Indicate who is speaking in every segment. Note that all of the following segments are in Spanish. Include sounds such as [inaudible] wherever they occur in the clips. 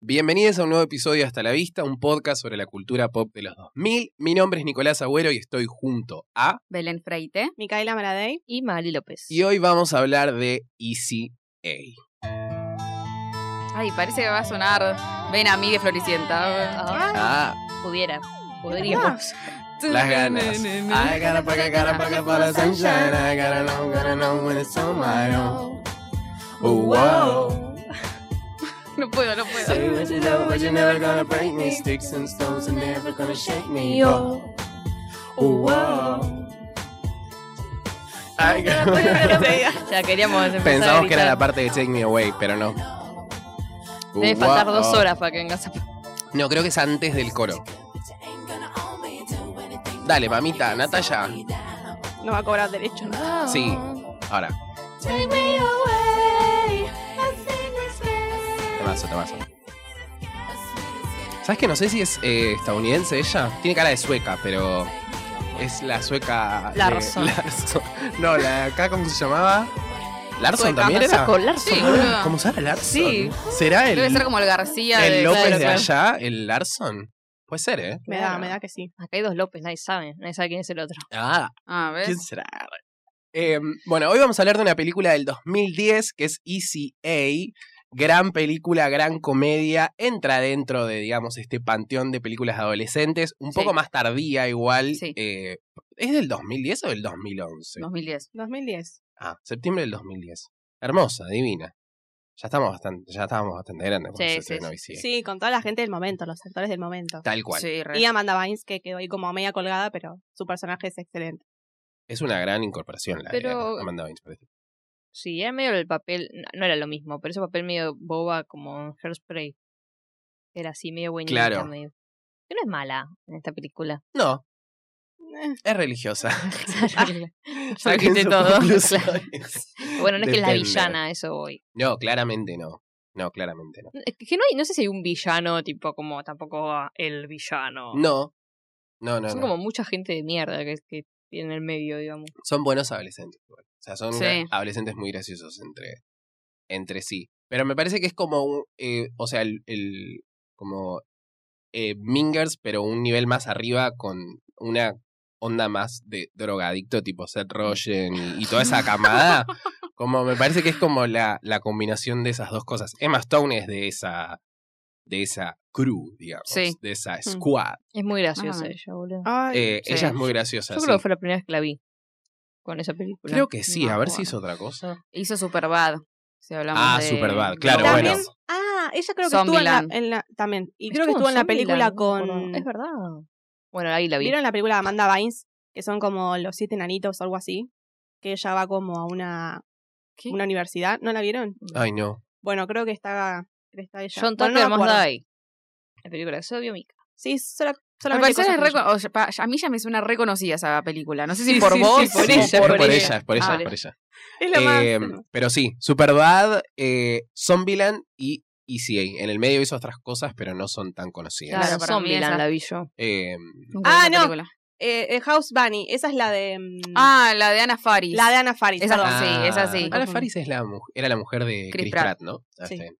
Speaker 1: Bienvenidos a un nuevo episodio de Hasta la Vista, un podcast sobre la cultura pop de los 2000. Mi nombre es Nicolás Agüero y estoy junto a...
Speaker 2: Belén Freite
Speaker 3: Micaela Maradei.
Speaker 4: y Magali López.
Speaker 1: Y hoy vamos a hablar de Easy A.
Speaker 2: Ay, parece que va a sonar Ven a mí de Floricienta.
Speaker 4: Ah,
Speaker 1: Ah,
Speaker 4: pudiera, podríamos.
Speaker 1: las ganas. Ah. I gotta pack, I gotta pack up all the sunshine. I gotta know, gotta know when it's on my own. Oh, wow.
Speaker 2: No puedo, no
Speaker 1: Say
Speaker 2: puedo.
Speaker 1: what you know, but you're never gonna break me. Sticks and stones are never gonna shake me. Oh, oh, wow. I gotta-
Speaker 4: Ya queríamos empezar a
Speaker 1: Pensamos que era
Speaker 4: gritar.
Speaker 1: la parte de Take Me Away, pero no.
Speaker 4: Debe
Speaker 1: Uh,
Speaker 4: faltar
Speaker 1: wow.
Speaker 4: dos horas para que vengas a...
Speaker 1: No, creo que es antes del coro. Dale, mamita, Natalia.
Speaker 3: No va a cobrar derecho. ¿no?
Speaker 4: Oh.
Speaker 1: Sí, ahora. Temazo, temazo. ¿Sabes que no sé si es eh, estadounidense ella? Tiene cara de sueca, pero es la sueca. de-
Speaker 4: Larson.
Speaker 1: Larson. [laughs] No, la de acá, ¿cómo se llamaba? ¿Larson
Speaker 3: Sueca,
Speaker 1: también era?
Speaker 4: Con Larson.
Speaker 2: Sí, boludo.
Speaker 1: ¿Cómo se llama Larson?
Speaker 4: Sí.
Speaker 1: ¿Será el,
Speaker 2: Debe ser como el García
Speaker 1: el
Speaker 2: de...
Speaker 1: López
Speaker 4: claro,
Speaker 1: de
Speaker 4: claro.
Speaker 1: allá, el Larson? Puede ser, ¿eh?
Speaker 3: Me da, me da que sí.
Speaker 4: Acá hay dos Ah, López, nadie sabe. Nadie sabe quién es el otro.
Speaker 1: Ah,
Speaker 2: Ah, ¿ves?
Speaker 1: ¿Quién será? Eh, bueno, hoy vamos a hablar de una película del 2010 que es Easy A. Gran película, gran comedia. Entra dentro de, digamos, este panteón de películas adolescentes. Un
Speaker 2: Sí.
Speaker 1: poco más tardía, igual.
Speaker 2: Sí.
Speaker 1: Eh, ¿Es del 2010 o del 2011?
Speaker 2: 2010.
Speaker 3: 2010.
Speaker 1: Ah, septiembre del 2010. Hermosa, divina. Ya estamos bastante, ya estábamos bastante grandes. cuando
Speaker 4: Sí,
Speaker 1: se
Speaker 4: sí,
Speaker 1: estrenó
Speaker 3: Sí.
Speaker 1: Easy A.
Speaker 3: con toda la gente del momento, los actores del momento.
Speaker 1: Tal cual.
Speaker 2: Sí, re.
Speaker 3: Y Amanda Bynes, que quedó ahí como media colgada, pero su personaje es excelente.
Speaker 1: Es una gran incorporación la de
Speaker 4: Pero-
Speaker 1: Amanda Bynes, parece.
Speaker 4: Sí, era medio el papel... no- No era lo mismo, pero ese papel medio boba como en Hairspray. Era así, medio buenita.
Speaker 1: Claro.
Speaker 4: medio- Que no es mala en esta
Speaker 1: [laughs]
Speaker 4: película. [laughs]
Speaker 1: No. Es religiosa. [laughs]
Speaker 4: [laughs]
Speaker 1: Saquen
Speaker 4: dijiste
Speaker 1: sus [laughs]
Speaker 4: todo.
Speaker 1: conclusiones.
Speaker 4: [laughs] Bueno, no es que es la
Speaker 1: Depende.
Speaker 4: villana, eso voy.
Speaker 1: No, claramente no. No, claramente no.
Speaker 4: Es que no, hay, no sé si hay un villano, tipo como tampoco ah, el villano.
Speaker 1: No. No, no,
Speaker 4: Son
Speaker 1: no.
Speaker 4: como mucha gente de mierda que, que tiene en el medio, digamos.
Speaker 1: Son buenos adolescentes. igual. O sea, son
Speaker 2: Sí.
Speaker 1: gra- adolescentes muy graciosos entre, entre sí. Pero me parece que es como un, eh, o sea, el, el- como eh, Mingers, pero un nivel más arriba con una onda más de drogadicto tipo Seth Rogen y, y toda esa camada. Como me parece que es como la, la combinación de esas dos cosas. Emma Stone es de esa, de esa crew, digamos,
Speaker 2: Sí.
Speaker 1: de esa squad.
Speaker 4: Es muy graciosa
Speaker 2: Ajá.
Speaker 4: ella, boludo.
Speaker 3: Ay,
Speaker 1: Eh,
Speaker 2: Sí.
Speaker 1: Ella es muy graciosa.
Speaker 4: Yo
Speaker 1: ah, sí.
Speaker 4: creo que fue la primera vez que la vi con esa película.
Speaker 1: Creo que sí,
Speaker 2: No,
Speaker 1: a ver si
Speaker 2: bueno.
Speaker 1: hizo otra cosa.
Speaker 2: Hizo Superbad. Si hablamos
Speaker 1: Ah,
Speaker 2: de...
Speaker 1: Superbad, claro,
Speaker 3: también,
Speaker 1: bueno.
Speaker 3: Ah, ella creo que estuvo en la,
Speaker 2: Zombieland.
Speaker 3: en la- También. Y creo que estuvo en la película con.
Speaker 4: Es verdad. Bueno, ahí la vi.
Speaker 3: ¿Vieron la película de Amanda Bynes? Que son como los siete nanitos o algo así. Que ella va como a una,
Speaker 2: ¿Qué?
Speaker 3: una universidad. ¿No la vieron?
Speaker 1: Ay, no.
Speaker 3: Bueno, creo que está. Está ella.
Speaker 4: John
Speaker 3: Bueno,
Speaker 4: Tucker más
Speaker 3: no me acuerdo.
Speaker 4: Dai. La película que se vio Mica.
Speaker 3: Sí, sola-
Speaker 2: Al
Speaker 3: solamente.
Speaker 2: parecer es
Speaker 3: cosas que
Speaker 2: reco- o sea, pa- a mí ya me suena reconocida esa película. No sé si
Speaker 4: Sí,
Speaker 2: por
Speaker 4: sí,
Speaker 2: vos
Speaker 4: sí, por
Speaker 2: sí,
Speaker 4: ella,
Speaker 1: Sí, por, por ella, es por
Speaker 2: Ah,
Speaker 1: ella, es
Speaker 2: vale.
Speaker 1: por ella.
Speaker 3: yo- Es lo más.
Speaker 1: Eh, pero sí, Superbad, eh, Zombieland y ECA. En el medio hizo otras cosas, pero no son tan conocidas.
Speaker 2: Claro,
Speaker 4: Claro,
Speaker 2: para mí
Speaker 4: Zombieland
Speaker 2: esa-
Speaker 4: la vi yo.
Speaker 1: Eh,
Speaker 2: Nunca vi
Speaker 3: Ah,
Speaker 2: esa
Speaker 3: no.
Speaker 2: película.
Speaker 3: Eh, eh, House Bunny, esa es la de. mm,
Speaker 2: Ah, la de Ana Faris.
Speaker 3: la de Ana Faris.
Speaker 2: Esa
Speaker 3: perdón.
Speaker 2: no. sí, es así.
Speaker 1: ah, Ana Faris es la, mu- era la mujer de Chris,
Speaker 2: Chris
Speaker 1: Pratt,
Speaker 2: Pratt.
Speaker 1: ¿no? Ah,
Speaker 3: Sí.
Speaker 1: está bien.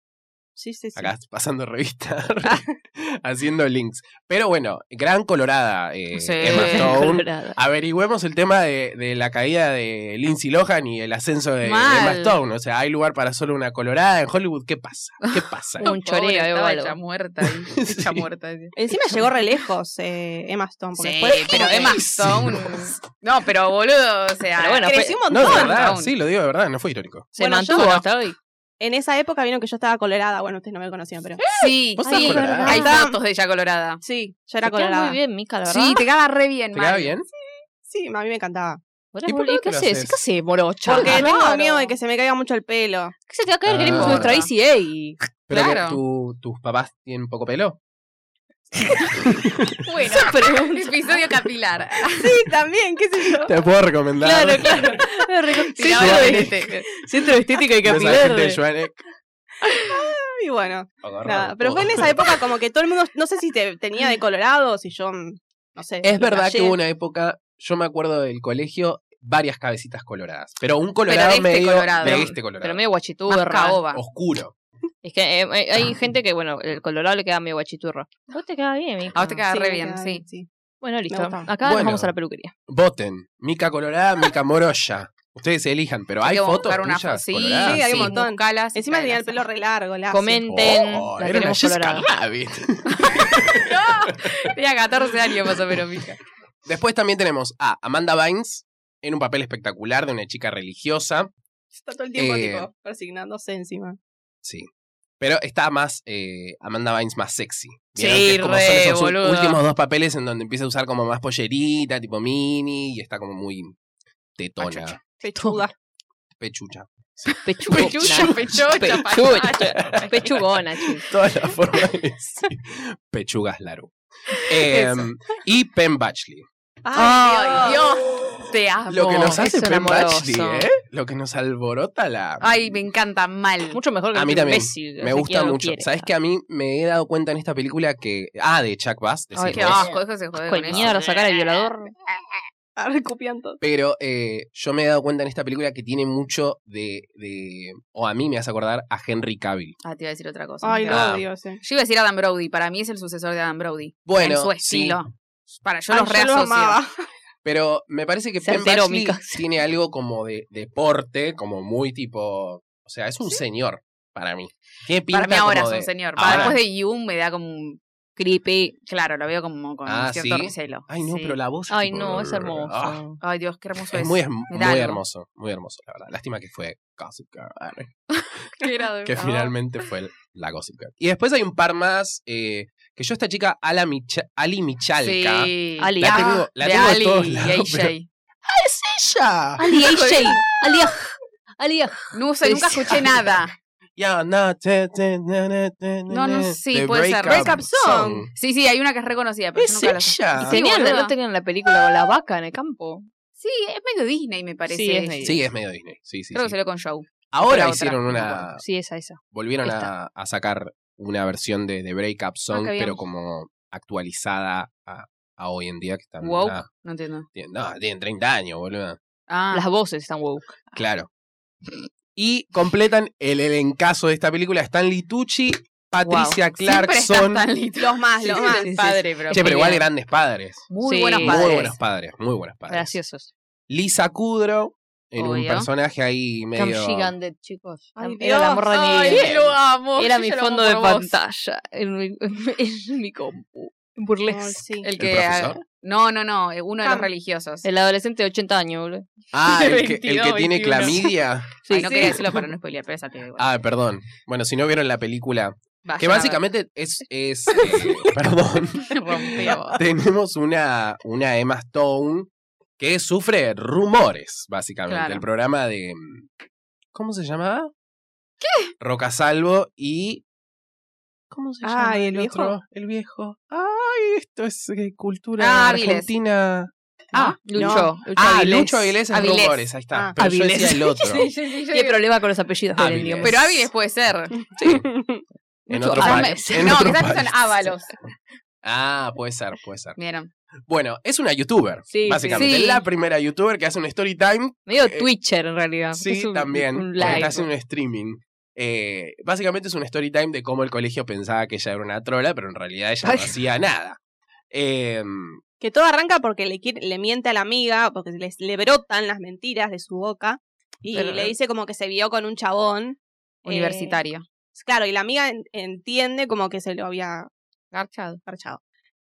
Speaker 3: Sí, sí, sí.
Speaker 1: Acá pasando revista,
Speaker 2: [laughs]
Speaker 1: [laughs] haciendo links. Pero bueno, gran colorada eh,
Speaker 2: Sí. [laughs]
Speaker 1: Emma Stone.
Speaker 4: Colorada.
Speaker 1: Averigüemos el tema de, de la caída de Lindsay Lohan y el ascenso de, de
Speaker 2: Mal.
Speaker 1: Emma Stone. O sea, hay lugar para solo una colorada en Hollywood. ¿Qué pasa? ¿Qué pasa?
Speaker 4: Un choreo,
Speaker 2: Pobre,
Speaker 4: algo,
Speaker 2: estaba
Speaker 4: algo.
Speaker 2: hecha muerta ahí. Hecha
Speaker 1: Sí.
Speaker 2: muerta. [laughs] sí.
Speaker 3: Encima llegó re lejos eh, Emma Stone. Porque
Speaker 2: Sí,
Speaker 3: después,
Speaker 2: pero Emma Stone. No, pero boludo, o sea.
Speaker 4: Pero bueno,
Speaker 3: creció un
Speaker 1: No, de
Speaker 3: montón.
Speaker 1: verdad,
Speaker 2: Stone.
Speaker 1: sí, lo digo de verdad, no fue irónico.
Speaker 4: Se
Speaker 3: Bueno, yo
Speaker 4: mantuvo
Speaker 3: no.
Speaker 4: hasta hoy.
Speaker 3: En esa época vieron que yo estaba colorada. Bueno, ustedes no me conocían, pero.
Speaker 2: Sí,
Speaker 1: ¿Vos
Speaker 2: sí.
Speaker 1: estás colorada?
Speaker 2: Hay
Speaker 3: Está-
Speaker 2: fotos de ella colorada.
Speaker 3: Sí, yo
Speaker 4: Te
Speaker 3: era
Speaker 4: queda
Speaker 3: colorada.
Speaker 4: muy bien, Mica, la verdad.
Speaker 2: Sí, te queda re bien,
Speaker 1: ¿Te
Speaker 2: Mari.
Speaker 1: queda bien?
Speaker 3: Sí, a mí me encantaba.
Speaker 1: ¿Y
Speaker 4: Ahora
Speaker 1: por qué
Speaker 4: es boludo,
Speaker 1: no te
Speaker 4: ¿Qué
Speaker 1: lo
Speaker 4: haces?
Speaker 1: haces?
Speaker 4: ¿Qué haces, morocha?
Speaker 3: Porque
Speaker 2: Claro.
Speaker 3: tengo miedo de que se me caiga mucho el pelo.
Speaker 4: ¿Qué se te va a caer?
Speaker 1: Ah.
Speaker 4: Queremos nuestra ICA. [laughs] y-
Speaker 1: Pero que
Speaker 2: Claro.
Speaker 1: tu- tus papás tienen poco pelo.
Speaker 2: Bueno,
Speaker 4: [laughs]
Speaker 2: episodio capilar.
Speaker 3: Sí, también, qué sé yo.
Speaker 2: [laughs]
Speaker 1: Te puedo recomendar. [laughs]
Speaker 4: Claro, claro.
Speaker 2: Tiraba
Speaker 4: Centro de-
Speaker 2: este.
Speaker 4: Centro de estética y
Speaker 1: Esa
Speaker 4: capilar.
Speaker 1: gente Oh, de
Speaker 4: de-
Speaker 1: Joanek.
Speaker 3: Y bueno,
Speaker 1: Agarrá
Speaker 3: nada.
Speaker 1: un
Speaker 3: Pero fue en
Speaker 1: poco.
Speaker 3: esa época como que todo el mundo. No sé si te tenía de colorado, si yo. mm, No sé.
Speaker 1: Es verdad que
Speaker 3: flashé.
Speaker 1: hubo una época, yo me acuerdo del colegio, varias cabecitas coloradas. Pero un
Speaker 2: de
Speaker 1: colorado
Speaker 2: este
Speaker 1: medio
Speaker 2: colorado.
Speaker 1: de este colorado.
Speaker 4: Pero medio
Speaker 2: Más
Speaker 4: guachiturra.
Speaker 2: caoba.
Speaker 1: Oscuro.
Speaker 4: Es que eh, hay- hay gente que, bueno, el colorado le queda medio guachiturro. A vos te queda bien, Mica.
Speaker 2: A vos te queda
Speaker 3: Sí,
Speaker 2: re
Speaker 3: me
Speaker 2: bien,
Speaker 3: queda
Speaker 2: sí.
Speaker 4: Bueno, listo.
Speaker 3: Me gusta.
Speaker 4: Acá nos
Speaker 1: Bueno.
Speaker 4: vamos a la peluquería.
Speaker 1: Voten. Mica Colorada, Mica Morolla. Ustedes elijan, pero hay
Speaker 2: que
Speaker 1: fotos
Speaker 2: buscar una
Speaker 1: tuyas
Speaker 2: fo- sí,
Speaker 1: coloradas.
Speaker 3: Sí, hay un montón.
Speaker 2: buscalas y
Speaker 3: Encima tenía el pelo
Speaker 2: tráelas.
Speaker 3: re largo, lacio.
Speaker 4: Comenten.
Speaker 1: Oh,
Speaker 4: la
Speaker 1: era una
Speaker 4: queremos
Speaker 1: Jessica
Speaker 4: colorada.
Speaker 1: Rabbit. [laughs]
Speaker 2: Tenía 14 años más o menos, mija.
Speaker 1: Después también tenemos a Amanda Bynes en un papel espectacular de una chica religiosa.
Speaker 3: [laughs] Está todo el tiempo,
Speaker 1: Eh.
Speaker 3: tipo, persignándose encima.
Speaker 1: Sí. Pero está más eh, Amanda Bynes más sexy. ¿Vieron?
Speaker 4: Sí,
Speaker 1: Que es como
Speaker 4: re,
Speaker 1: son esos
Speaker 4: boludo.
Speaker 1: últimos dos papeles en donde empieza a usar como más pollerita, tipo mini, y está como muy tetona,
Speaker 4: Achucha.
Speaker 3: Pechuda.
Speaker 1: pechucha. [laughs]
Speaker 4: Pechuga.
Speaker 2: Pechucha, pechocha,
Speaker 4: Pechucha. Pechugona, che.
Speaker 1: Todas las formas de decir pechugas Laru. Eh,
Speaker 2: Eso.
Speaker 1: y Penn Batchley.
Speaker 2: Ay, Dios. Te amo.
Speaker 1: Lo que nos
Speaker 4: es
Speaker 1: hace
Speaker 4: un
Speaker 1: Penn
Speaker 4: amoroso.
Speaker 1: Batchley, ¿eh? Lo que nos alborota la...
Speaker 2: Ay, me encanta mal.
Speaker 4: Mucho mejor que
Speaker 1: A mí
Speaker 4: este
Speaker 1: también.
Speaker 4: imbécil,
Speaker 1: Me
Speaker 4: o sea,
Speaker 1: gusta
Speaker 4: quién lo
Speaker 1: mucho.
Speaker 4: quiere.
Speaker 1: ¿Sabes que a mí me he dado cuenta en esta película que. Ah, de Chuck Bass, decís
Speaker 4: Ay,
Speaker 2: Qué
Speaker 1: vos.
Speaker 2: asco, déjese de joder
Speaker 4: Con
Speaker 2: con
Speaker 4: el
Speaker 2: eso.
Speaker 4: miedo a sacar al
Speaker 3: [laughs]
Speaker 4: violador.
Speaker 3: Recopian todo.
Speaker 1: Pero eh, yo me he dado cuenta en esta película que tiene mucho de. de- o a mí me hace acordar a Henry Cavill.
Speaker 2: Ah, te iba a decir otra cosa.
Speaker 3: Ay,
Speaker 2: mira.
Speaker 3: lo
Speaker 1: Ah.
Speaker 3: odio, sí.
Speaker 2: Yo iba a decir Adam Brody. Para mí es el sucesor de Adam Brody.
Speaker 1: Bueno,
Speaker 2: en su
Speaker 1: sí,
Speaker 2: estilo. Para yo
Speaker 3: Ay,
Speaker 2: los reasocio.
Speaker 3: lo amaba.
Speaker 1: pero me parece que Penn
Speaker 4: Certero,
Speaker 1: Badgley
Speaker 2: [laughs]
Speaker 4: Mica.
Speaker 1: tiene algo como de deporte, como muy tipo. O sea, es un señor para mí. Tiene pinta
Speaker 2: Para mí ahora es
Speaker 1: como
Speaker 2: un
Speaker 1: de-
Speaker 2: señor.
Speaker 1: ahora.
Speaker 2: Para después de You me da como un creepy. Claro, lo veo como con
Speaker 1: Ah,
Speaker 2: cierto
Speaker 1: ¿sí?
Speaker 2: recelo.
Speaker 1: Ay, no,
Speaker 2: Sí.
Speaker 1: pero la voz.
Speaker 4: Ay,
Speaker 1: tipo-
Speaker 4: no, es hermoso.
Speaker 1: Ah,
Speaker 2: Ay, Dios, qué hermoso es. [laughs]
Speaker 1: es muy, es
Speaker 2: Me da
Speaker 1: muy
Speaker 2: algo.
Speaker 1: hermoso, muy hermoso, la verdad. Lástima que fue Gossip Girl. Ah, no.
Speaker 2: Qué grado,
Speaker 1: que
Speaker 2: ah.
Speaker 1: finalmente fue el- la Gossip Girl. Y después hay un par más eh, que yo esta chica Ala Micha- Ali
Speaker 2: Ah.
Speaker 1: Michalka.
Speaker 2: Sí.
Speaker 4: Ali,
Speaker 1: La
Speaker 4: ah,
Speaker 1: tengo, la
Speaker 2: de
Speaker 1: tengo
Speaker 2: Ali
Speaker 1: en todos
Speaker 2: y
Speaker 1: lados,
Speaker 2: AJ.
Speaker 1: pero- ¡Ah, es ella!
Speaker 4: Ali AJ. Ali Aj. Ali Aj.
Speaker 2: No sé, nunca escuché
Speaker 1: [laughs]
Speaker 2: nada.
Speaker 1: Ya, na, te, te, na, na, te, na,
Speaker 2: No, no,
Speaker 1: na.
Speaker 2: sí,
Speaker 1: The
Speaker 2: puede ser.
Speaker 1: Breakup
Speaker 3: Breakup Song.
Speaker 2: Sí, sí, hay una que es reconocida, pero yo
Speaker 1: Es
Speaker 2: nunca la
Speaker 1: ella.
Speaker 2: Ah. Sí,
Speaker 4: Tenían,
Speaker 2: boluda.
Speaker 4: no tenían la película con la vaca en el campo.
Speaker 2: Sí, es medio Disney, me parece.
Speaker 4: Sí, es medio
Speaker 1: Sí, es medio Disney. Sí, sí,
Speaker 2: Creo que
Speaker 1: sí.
Speaker 2: salió con Show.
Speaker 1: Ahora
Speaker 2: otra.
Speaker 1: hicieron una.
Speaker 4: Bueno, sí, esa, esa.
Speaker 1: Volvieron a,
Speaker 4: Esta.
Speaker 1: a sacar una versión de The Breakup Song,
Speaker 2: Ah, qué bien.
Speaker 1: pero como actualizada a, a hoy en día que están.
Speaker 4: Woke.
Speaker 1: nada,
Speaker 2: No entiendo.
Speaker 1: tienen- No, tienen 30 años, boludo.
Speaker 3: [laughs]
Speaker 2: Ah,
Speaker 4: Las voces están woke.
Speaker 1: Claro. Y completan el elencazo de esta película Stanley Tucci, Patricia
Speaker 2: siempre está
Speaker 1: Clarkson.
Speaker 2: Stan Lee.
Speaker 3: Los más, los
Speaker 4: Sí,
Speaker 3: más.
Speaker 4: sí, sí.
Speaker 2: Padre, pero.
Speaker 1: Che,
Speaker 2: muy
Speaker 1: pero igual
Speaker 2: bien.
Speaker 1: grandes padres.
Speaker 2: Muy
Speaker 4: Sí.
Speaker 2: buenos
Speaker 4: Muy
Speaker 2: padres.
Speaker 1: Muy buenos padres, muy buenos padres.
Speaker 4: Graciosos.
Speaker 1: Lisa Kudrow, en un
Speaker 2: Obvio.
Speaker 1: personaje ahí
Speaker 4: Cam
Speaker 1: medio...
Speaker 4: Gigan de chicos.
Speaker 3: Ay,
Speaker 4: Era la
Speaker 3: Dios.
Speaker 4: morra de mi
Speaker 2: Ay,
Speaker 4: vida.
Speaker 2: lo amo.
Speaker 4: Era
Speaker 2: Yo
Speaker 4: mi
Speaker 2: ya lo amo
Speaker 4: fondo de
Speaker 2: por vos.
Speaker 4: pantalla en mi, [laughs] en mi compu.
Speaker 3: Ay,
Speaker 4: Burlesque.
Speaker 3: sí.
Speaker 2: El
Speaker 1: ¿El
Speaker 2: que.
Speaker 1: profesor?
Speaker 2: no, no, no. eh, Uno de los
Speaker 3: Cam.
Speaker 2: religiosos.
Speaker 4: Ah. El adolescente de 80 años, boludo.
Speaker 2: [laughs]
Speaker 1: Ah, el que, el que
Speaker 2: 22,
Speaker 1: tiene
Speaker 2: 21.
Speaker 1: clamidia.
Speaker 2: Ay,
Speaker 4: Sí,
Speaker 2: no quería
Speaker 4: sí. [laughs]
Speaker 2: decirlo para no spoilear, pero esa tiene igual.
Speaker 1: Ah, perdón. Bueno, si no vieron la película,
Speaker 2: Vayan
Speaker 1: que
Speaker 2: a ver.
Speaker 1: básicamente es... es eh, perdón. [laughs]
Speaker 2: [laughs] Rompió.
Speaker 1: Ah, tenemos una, una Emma Stone que sufre rumores, básicamente.
Speaker 2: Claro.
Speaker 1: El programa de. mm, ¿Cómo se llamaba? ¿Qué? Roca Salvo y. ¿Cómo se
Speaker 2: Ah,
Speaker 1: llama?
Speaker 3: Ay, ¿el viejo?
Speaker 1: otro? El viejo. Ay, esto es eh, cultura
Speaker 2: Ah, Avilés.
Speaker 1: argentina.
Speaker 2: Ah,
Speaker 4: Lucho. Lucho
Speaker 1: Ah,
Speaker 4: Avilés.
Speaker 1: Lucho Avilés es
Speaker 2: Avilés.
Speaker 1: rumores, ahí está.
Speaker 3: Ah.
Speaker 1: Pero yo
Speaker 4: Avilés.
Speaker 1: decía
Speaker 2: [laughs]
Speaker 1: el otro.
Speaker 2: Sí, sí, sí, yo
Speaker 4: Qué
Speaker 2: digo-
Speaker 4: problema con los apellidos del
Speaker 1: Hábiles.
Speaker 4: idioma.
Speaker 2: Pero hábiles
Speaker 4: [laughs]
Speaker 2: puede ser.
Speaker 1: En
Speaker 4: Lucho
Speaker 1: otro
Speaker 4: Avilés.
Speaker 1: país. En
Speaker 2: Ah, no,
Speaker 1: otro
Speaker 2: quizás
Speaker 1: país.
Speaker 2: son Ábalos.
Speaker 1: Ah, puede ser, puede ser.
Speaker 2: Vieron.
Speaker 1: Bueno, es una youtuber,
Speaker 4: Sí,
Speaker 1: básicamente.
Speaker 2: sí.
Speaker 1: La primera youtuber que hace un story time
Speaker 4: Medio
Speaker 1: Eh,
Speaker 4: Twitcher en realidad.
Speaker 1: Sí,
Speaker 4: Es un-
Speaker 1: también.
Speaker 4: Un
Speaker 1: porque
Speaker 4: live.
Speaker 1: Está haciendo un streaming. Eh, básicamente es un story time de cómo el colegio pensaba que ella era una trola, pero en realidad ella no
Speaker 4: Ay.
Speaker 1: hacía nada. Eh,
Speaker 3: [laughs] Que todo arranca porque le, quiere- le miente a la amiga, porque le, le brotan las mentiras de su boca. Y
Speaker 4: Pero-
Speaker 3: le dice como que se vio con un chabón. eh,
Speaker 2: Universitario.
Speaker 3: claro, y la amiga en- entiende como que se lo había
Speaker 2: Garchado.
Speaker 3: marchado.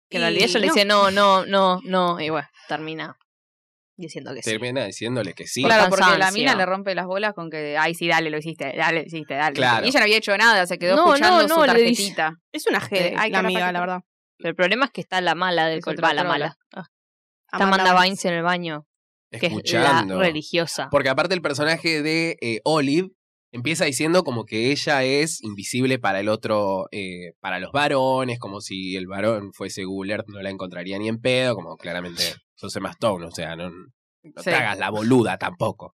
Speaker 4: Que en realidad yo le decía, no, no, no, no. Y bueno, termina diciendo que sí.
Speaker 1: termina diciéndole que sí.
Speaker 2: Claro, porque la
Speaker 4: cansancio.
Speaker 2: mina le rompe las bolas con que, ay, sí, dale, lo hiciste, dale, lo hiciste, dale.
Speaker 1: Claro.
Speaker 2: Y ella no había hecho nada, se quedó
Speaker 4: No, no,
Speaker 2: escuchando
Speaker 4: no,
Speaker 2: su
Speaker 4: le dice-
Speaker 2: tarjetita.
Speaker 3: Es una G,
Speaker 2: Eh, ay,
Speaker 3: la
Speaker 2: que la
Speaker 3: amiga, la
Speaker 2: paquita.
Speaker 3: verdad.
Speaker 4: Pero el problema es que está la mala del
Speaker 2: Es
Speaker 4: col-
Speaker 2: otra
Speaker 4: va, la
Speaker 2: trola.
Speaker 4: mala. Está Amanda Bynes en el baño, que
Speaker 1: Escuchando.
Speaker 4: es la religiosa.
Speaker 1: Porque aparte el personaje de eh, Olive empieza diciendo como que ella es invisible para el otro, eh, para los varones, como si el varón fuese Google Earth, no la encontraría ni en pedo, como
Speaker 4: [laughs]
Speaker 1: claramente sos Emma Stone, o sea, no, no
Speaker 2: Sí.
Speaker 1: te hagas la boluda tampoco.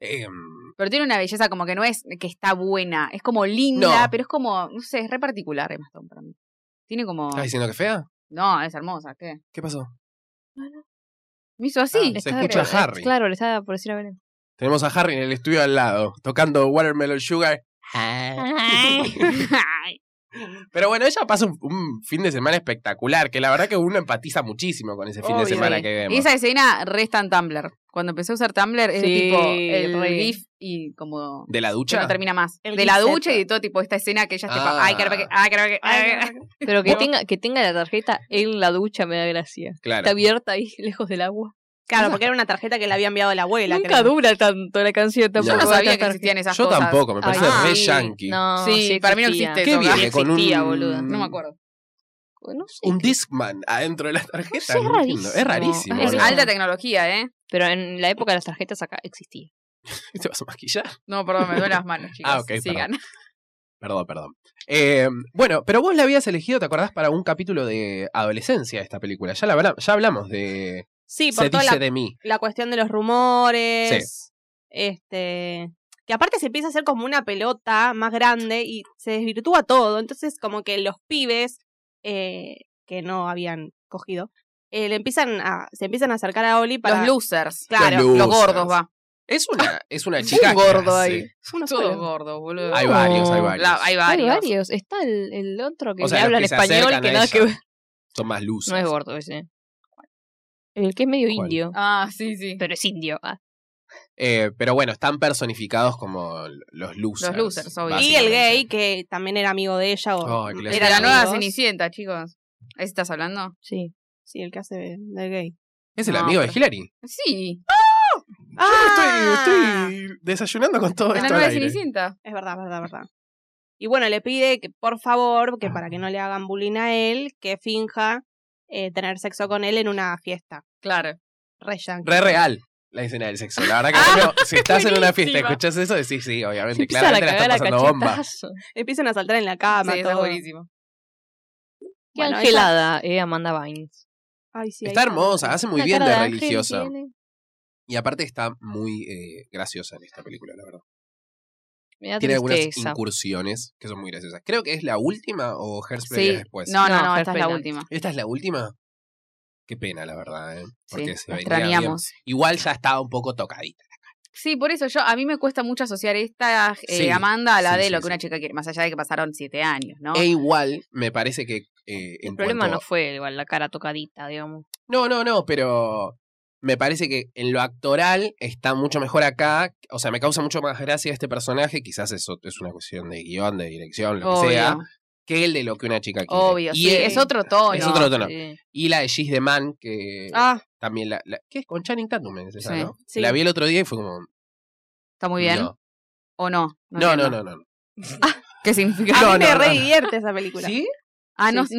Speaker 1: Em,
Speaker 2: Pero tiene una belleza como que no es que está buena, es como linda,
Speaker 1: No.
Speaker 2: pero es como, no sé, es re particular Emma Stone para mí. Tiene como,
Speaker 1: ¿Estás diciendo que fea?
Speaker 2: no, es hermosa, ¿qué?
Speaker 1: ¿Qué pasó?
Speaker 2: Me hizo así.
Speaker 1: Ah, se
Speaker 4: Está-
Speaker 1: escucha
Speaker 4: pero-
Speaker 1: a Harry.
Speaker 4: Claro, le estaba por decir a Belén.
Speaker 1: Tenemos a Harry en el estudio al lado, tocando Watermelon Sugar Eh. Pero bueno, ella pasa un, un fin de semana espectacular, que la verdad que uno empatiza muchísimo con ese fin de
Speaker 3: Obvio.
Speaker 1: semana que vemos.
Speaker 2: Esa escena resta en Tumblr. Cuando empecé a usar Tumblr, [laughs] es
Speaker 4: Sí,
Speaker 2: tipo el
Speaker 4: re.
Speaker 2: GIF y como.
Speaker 1: ¿De la
Speaker 2: que
Speaker 1: ducha?
Speaker 2: no termina más.
Speaker 3: El
Speaker 2: de la
Speaker 3: GIF
Speaker 2: ducha y de todo tipo esta escena que ella es tipo.
Speaker 1: Ah.
Speaker 2: Ay, caramba, que. Ay, caramba, que. ay".
Speaker 4: Pero que
Speaker 1: No.
Speaker 4: tenga, que tenga la tarjeta en la ducha me da gracia. Está
Speaker 1: Claro.
Speaker 4: abierta ahí, [laughs] lejos del agua.
Speaker 3: Claro, porque era una tarjeta que le había enviado la abuela.
Speaker 4: Nunca
Speaker 3: creo.
Speaker 4: dura tanto la canción
Speaker 1: Yo
Speaker 4: tampoco.
Speaker 2: Yo no
Speaker 1: Claro.
Speaker 4: esta
Speaker 2: sabía que
Speaker 4: tarjeta.
Speaker 2: existían esas
Speaker 1: Yo
Speaker 2: cosas.
Speaker 1: tampoco, me
Speaker 4: Ay,
Speaker 1: parece
Speaker 2: ah,
Speaker 1: re
Speaker 2: sí.
Speaker 1: yankee.
Speaker 4: No,
Speaker 2: Sí, para mí no
Speaker 4: existía.
Speaker 2: existe
Speaker 1: ¿Qué
Speaker 2: eso,
Speaker 4: Sí
Speaker 1: viene con un,
Speaker 4: existía, boluda.
Speaker 2: No me acuerdo.
Speaker 4: No sé.
Speaker 1: un Discman adentro de la tarjeta?
Speaker 4: sé, es
Speaker 1: No entiendo. es
Speaker 4: rarísimo.
Speaker 1: rarísimo.
Speaker 4: Es
Speaker 2: Es
Speaker 1: boluda.
Speaker 2: alta tecnología, ¿eh?
Speaker 4: Pero en la época de las tarjetas acá existía.
Speaker 1: ¿Te ¿Este vas a maquillar?
Speaker 2: No, perdón, me duelen las manos,
Speaker 1: [laughs]
Speaker 2: chicos.
Speaker 1: Ah, ok, perdón.
Speaker 2: Sigan.
Speaker 1: Perdón, perdón. Eh, bueno, pero vos la habías elegido, ¿te acordás? Para un capítulo de adolescencia de esta película. Ya, la, habla- ya hablamos de
Speaker 3: Sí, por
Speaker 1: Se
Speaker 3: toda
Speaker 1: dice
Speaker 3: la,
Speaker 1: de mí.
Speaker 3: la cuestión de los rumores. Este. Que aparte se empieza a hacer como una pelota más grande y se desvirtúa todo. Entonces, como que los pibes eh, que no habían cogido, eh, le empiezan a, se empiezan a acercar a Oli para.
Speaker 2: Los losers.
Speaker 3: Claro,
Speaker 1: Los
Speaker 2: Los
Speaker 1: losers.
Speaker 2: gordos, va.
Speaker 1: Es una, es una
Speaker 4: Un
Speaker 1: chica. que
Speaker 4: gordo
Speaker 1: hace-
Speaker 4: ahí.
Speaker 3: Uno
Speaker 2: Todos
Speaker 3: solo.
Speaker 2: gordos, boludo.
Speaker 1: Hay varios, hay varios.
Speaker 2: La-
Speaker 4: Hay
Speaker 2: hay varios.
Speaker 4: varios. Está el, el otro que
Speaker 1: O sea,
Speaker 4: le
Speaker 1: los
Speaker 4: habla en
Speaker 1: que se
Speaker 4: español
Speaker 1: acercan
Speaker 4: que
Speaker 1: a
Speaker 4: nada
Speaker 1: ella.
Speaker 4: que ver.
Speaker 1: Son más luces.
Speaker 4: No es gordo ese. El que es medio
Speaker 1: ¿Cuál?
Speaker 4: indio.
Speaker 2: Ah, sí, sí.
Speaker 4: Pero es indio. ah.
Speaker 1: Eh, pero bueno, están personificados como l- los losers.
Speaker 2: Los losers, obvio.
Speaker 3: Y el
Speaker 1: básicamente.
Speaker 3: gay, que también era amigo de ella. O,
Speaker 1: Ay, qué
Speaker 2: Era la
Speaker 3: eran
Speaker 2: nueva
Speaker 3: amigos.
Speaker 2: Cenicienta, chicos. ¿Ahí estás hablando?
Speaker 4: Sí.
Speaker 3: Sí, el que hace de- del gay.
Speaker 1: Es el
Speaker 2: No,
Speaker 1: amigo de
Speaker 2: pero-
Speaker 1: Hillary.
Speaker 2: Sí.
Speaker 3: ¡Ah!
Speaker 1: Estoy, estoy desayunando con todo
Speaker 2: Es la
Speaker 1: esto al
Speaker 2: nueva
Speaker 1: aire.
Speaker 2: Cenicienta.
Speaker 3: Es verdad, verdad, verdad. Y bueno, le pide que por favor, que para que no le hagan bullying a él, que finja eh, tener sexo con él en una fiesta.
Speaker 2: Claro.
Speaker 3: Re yankee.
Speaker 1: Re real la escena del sexo. La verdad que bueno, si estás en una fiesta y escuchás eso, decís sí,
Speaker 4: Se
Speaker 1: obviamente,
Speaker 4: empiezan a
Speaker 1: claramente la está
Speaker 4: cagar a
Speaker 1: pasando bomba.
Speaker 4: cachetazos.
Speaker 3: Empiezan a saltar en la cama,
Speaker 2: sí, esa es
Speaker 3: todo.
Speaker 2: buenísimo.
Speaker 4: Qué
Speaker 3: Bueno,
Speaker 4: angelada, eh, Amanda Bynes.
Speaker 3: Ay, sí, ahí
Speaker 1: Está hermosa, hace muy
Speaker 4: Una
Speaker 1: bien
Speaker 4: cara
Speaker 1: de
Speaker 4: ángel
Speaker 1: religiosa.
Speaker 4: tiene.
Speaker 1: Y aparte está muy eh, graciosa en esta película, la verdad.
Speaker 4: Me da
Speaker 1: Tiene algunas
Speaker 4: tristeza.
Speaker 1: incursiones que son muy graciosas. Creo que es la última o Hairspray
Speaker 2: Sí.
Speaker 1: es después.
Speaker 2: No, no,
Speaker 4: No,
Speaker 2: no, esta es la
Speaker 4: Hairspray
Speaker 2: última.
Speaker 1: ¿Esta es la última? Qué pena, la verdad, ¿eh? Porque
Speaker 2: Sí,
Speaker 1: se
Speaker 2: la
Speaker 1: venía bien.
Speaker 2: extrañamos.
Speaker 1: Igual ya estaba un poco tocadita.
Speaker 2: Sí, por eso yo, a mí me cuesta mucho asociar esta eh,
Speaker 1: Sí,
Speaker 2: Amanda a la
Speaker 1: sí,
Speaker 2: de
Speaker 1: sí,
Speaker 2: lo que
Speaker 1: sí.
Speaker 2: una chica quiere, más allá de que pasaron siete años, ¿no?
Speaker 1: E igual, me parece que... eh, en
Speaker 4: El problema
Speaker 1: cuanto-
Speaker 4: no fue igual la cara tocadita, digamos.
Speaker 1: No, no, no, pero me parece que en lo actoral está mucho mejor acá. O sea, me causa mucho más gracia este personaje. Quizás eso es una cuestión de guión, de dirección, lo
Speaker 2: obvio,
Speaker 1: que sea. Que el de lo que una chica quiere.
Speaker 2: obvio,
Speaker 1: Y,
Speaker 2: sí,
Speaker 1: el-
Speaker 2: es otro tono.
Speaker 1: es otro tono.
Speaker 4: Sí.
Speaker 1: y la de She's the Man, que
Speaker 3: Ah,
Speaker 1: también la, la- ¿Qué es? Con Channing Tatum es esa,
Speaker 2: Sí,
Speaker 1: ¿no?
Speaker 3: sí.
Speaker 1: La vi el otro día y fue como...
Speaker 2: ¿Está muy bien?
Speaker 1: No,
Speaker 2: ¿O no?
Speaker 1: no, no,
Speaker 2: entiendo.
Speaker 1: no. no, no.
Speaker 2: ¿Qué significa?
Speaker 3: a
Speaker 1: No,
Speaker 3: mí me
Speaker 1: no,
Speaker 3: re
Speaker 1: no.
Speaker 3: divierte esa película.
Speaker 1: ¿Sí?
Speaker 2: Ah, ¿no?
Speaker 3: Sí, sí.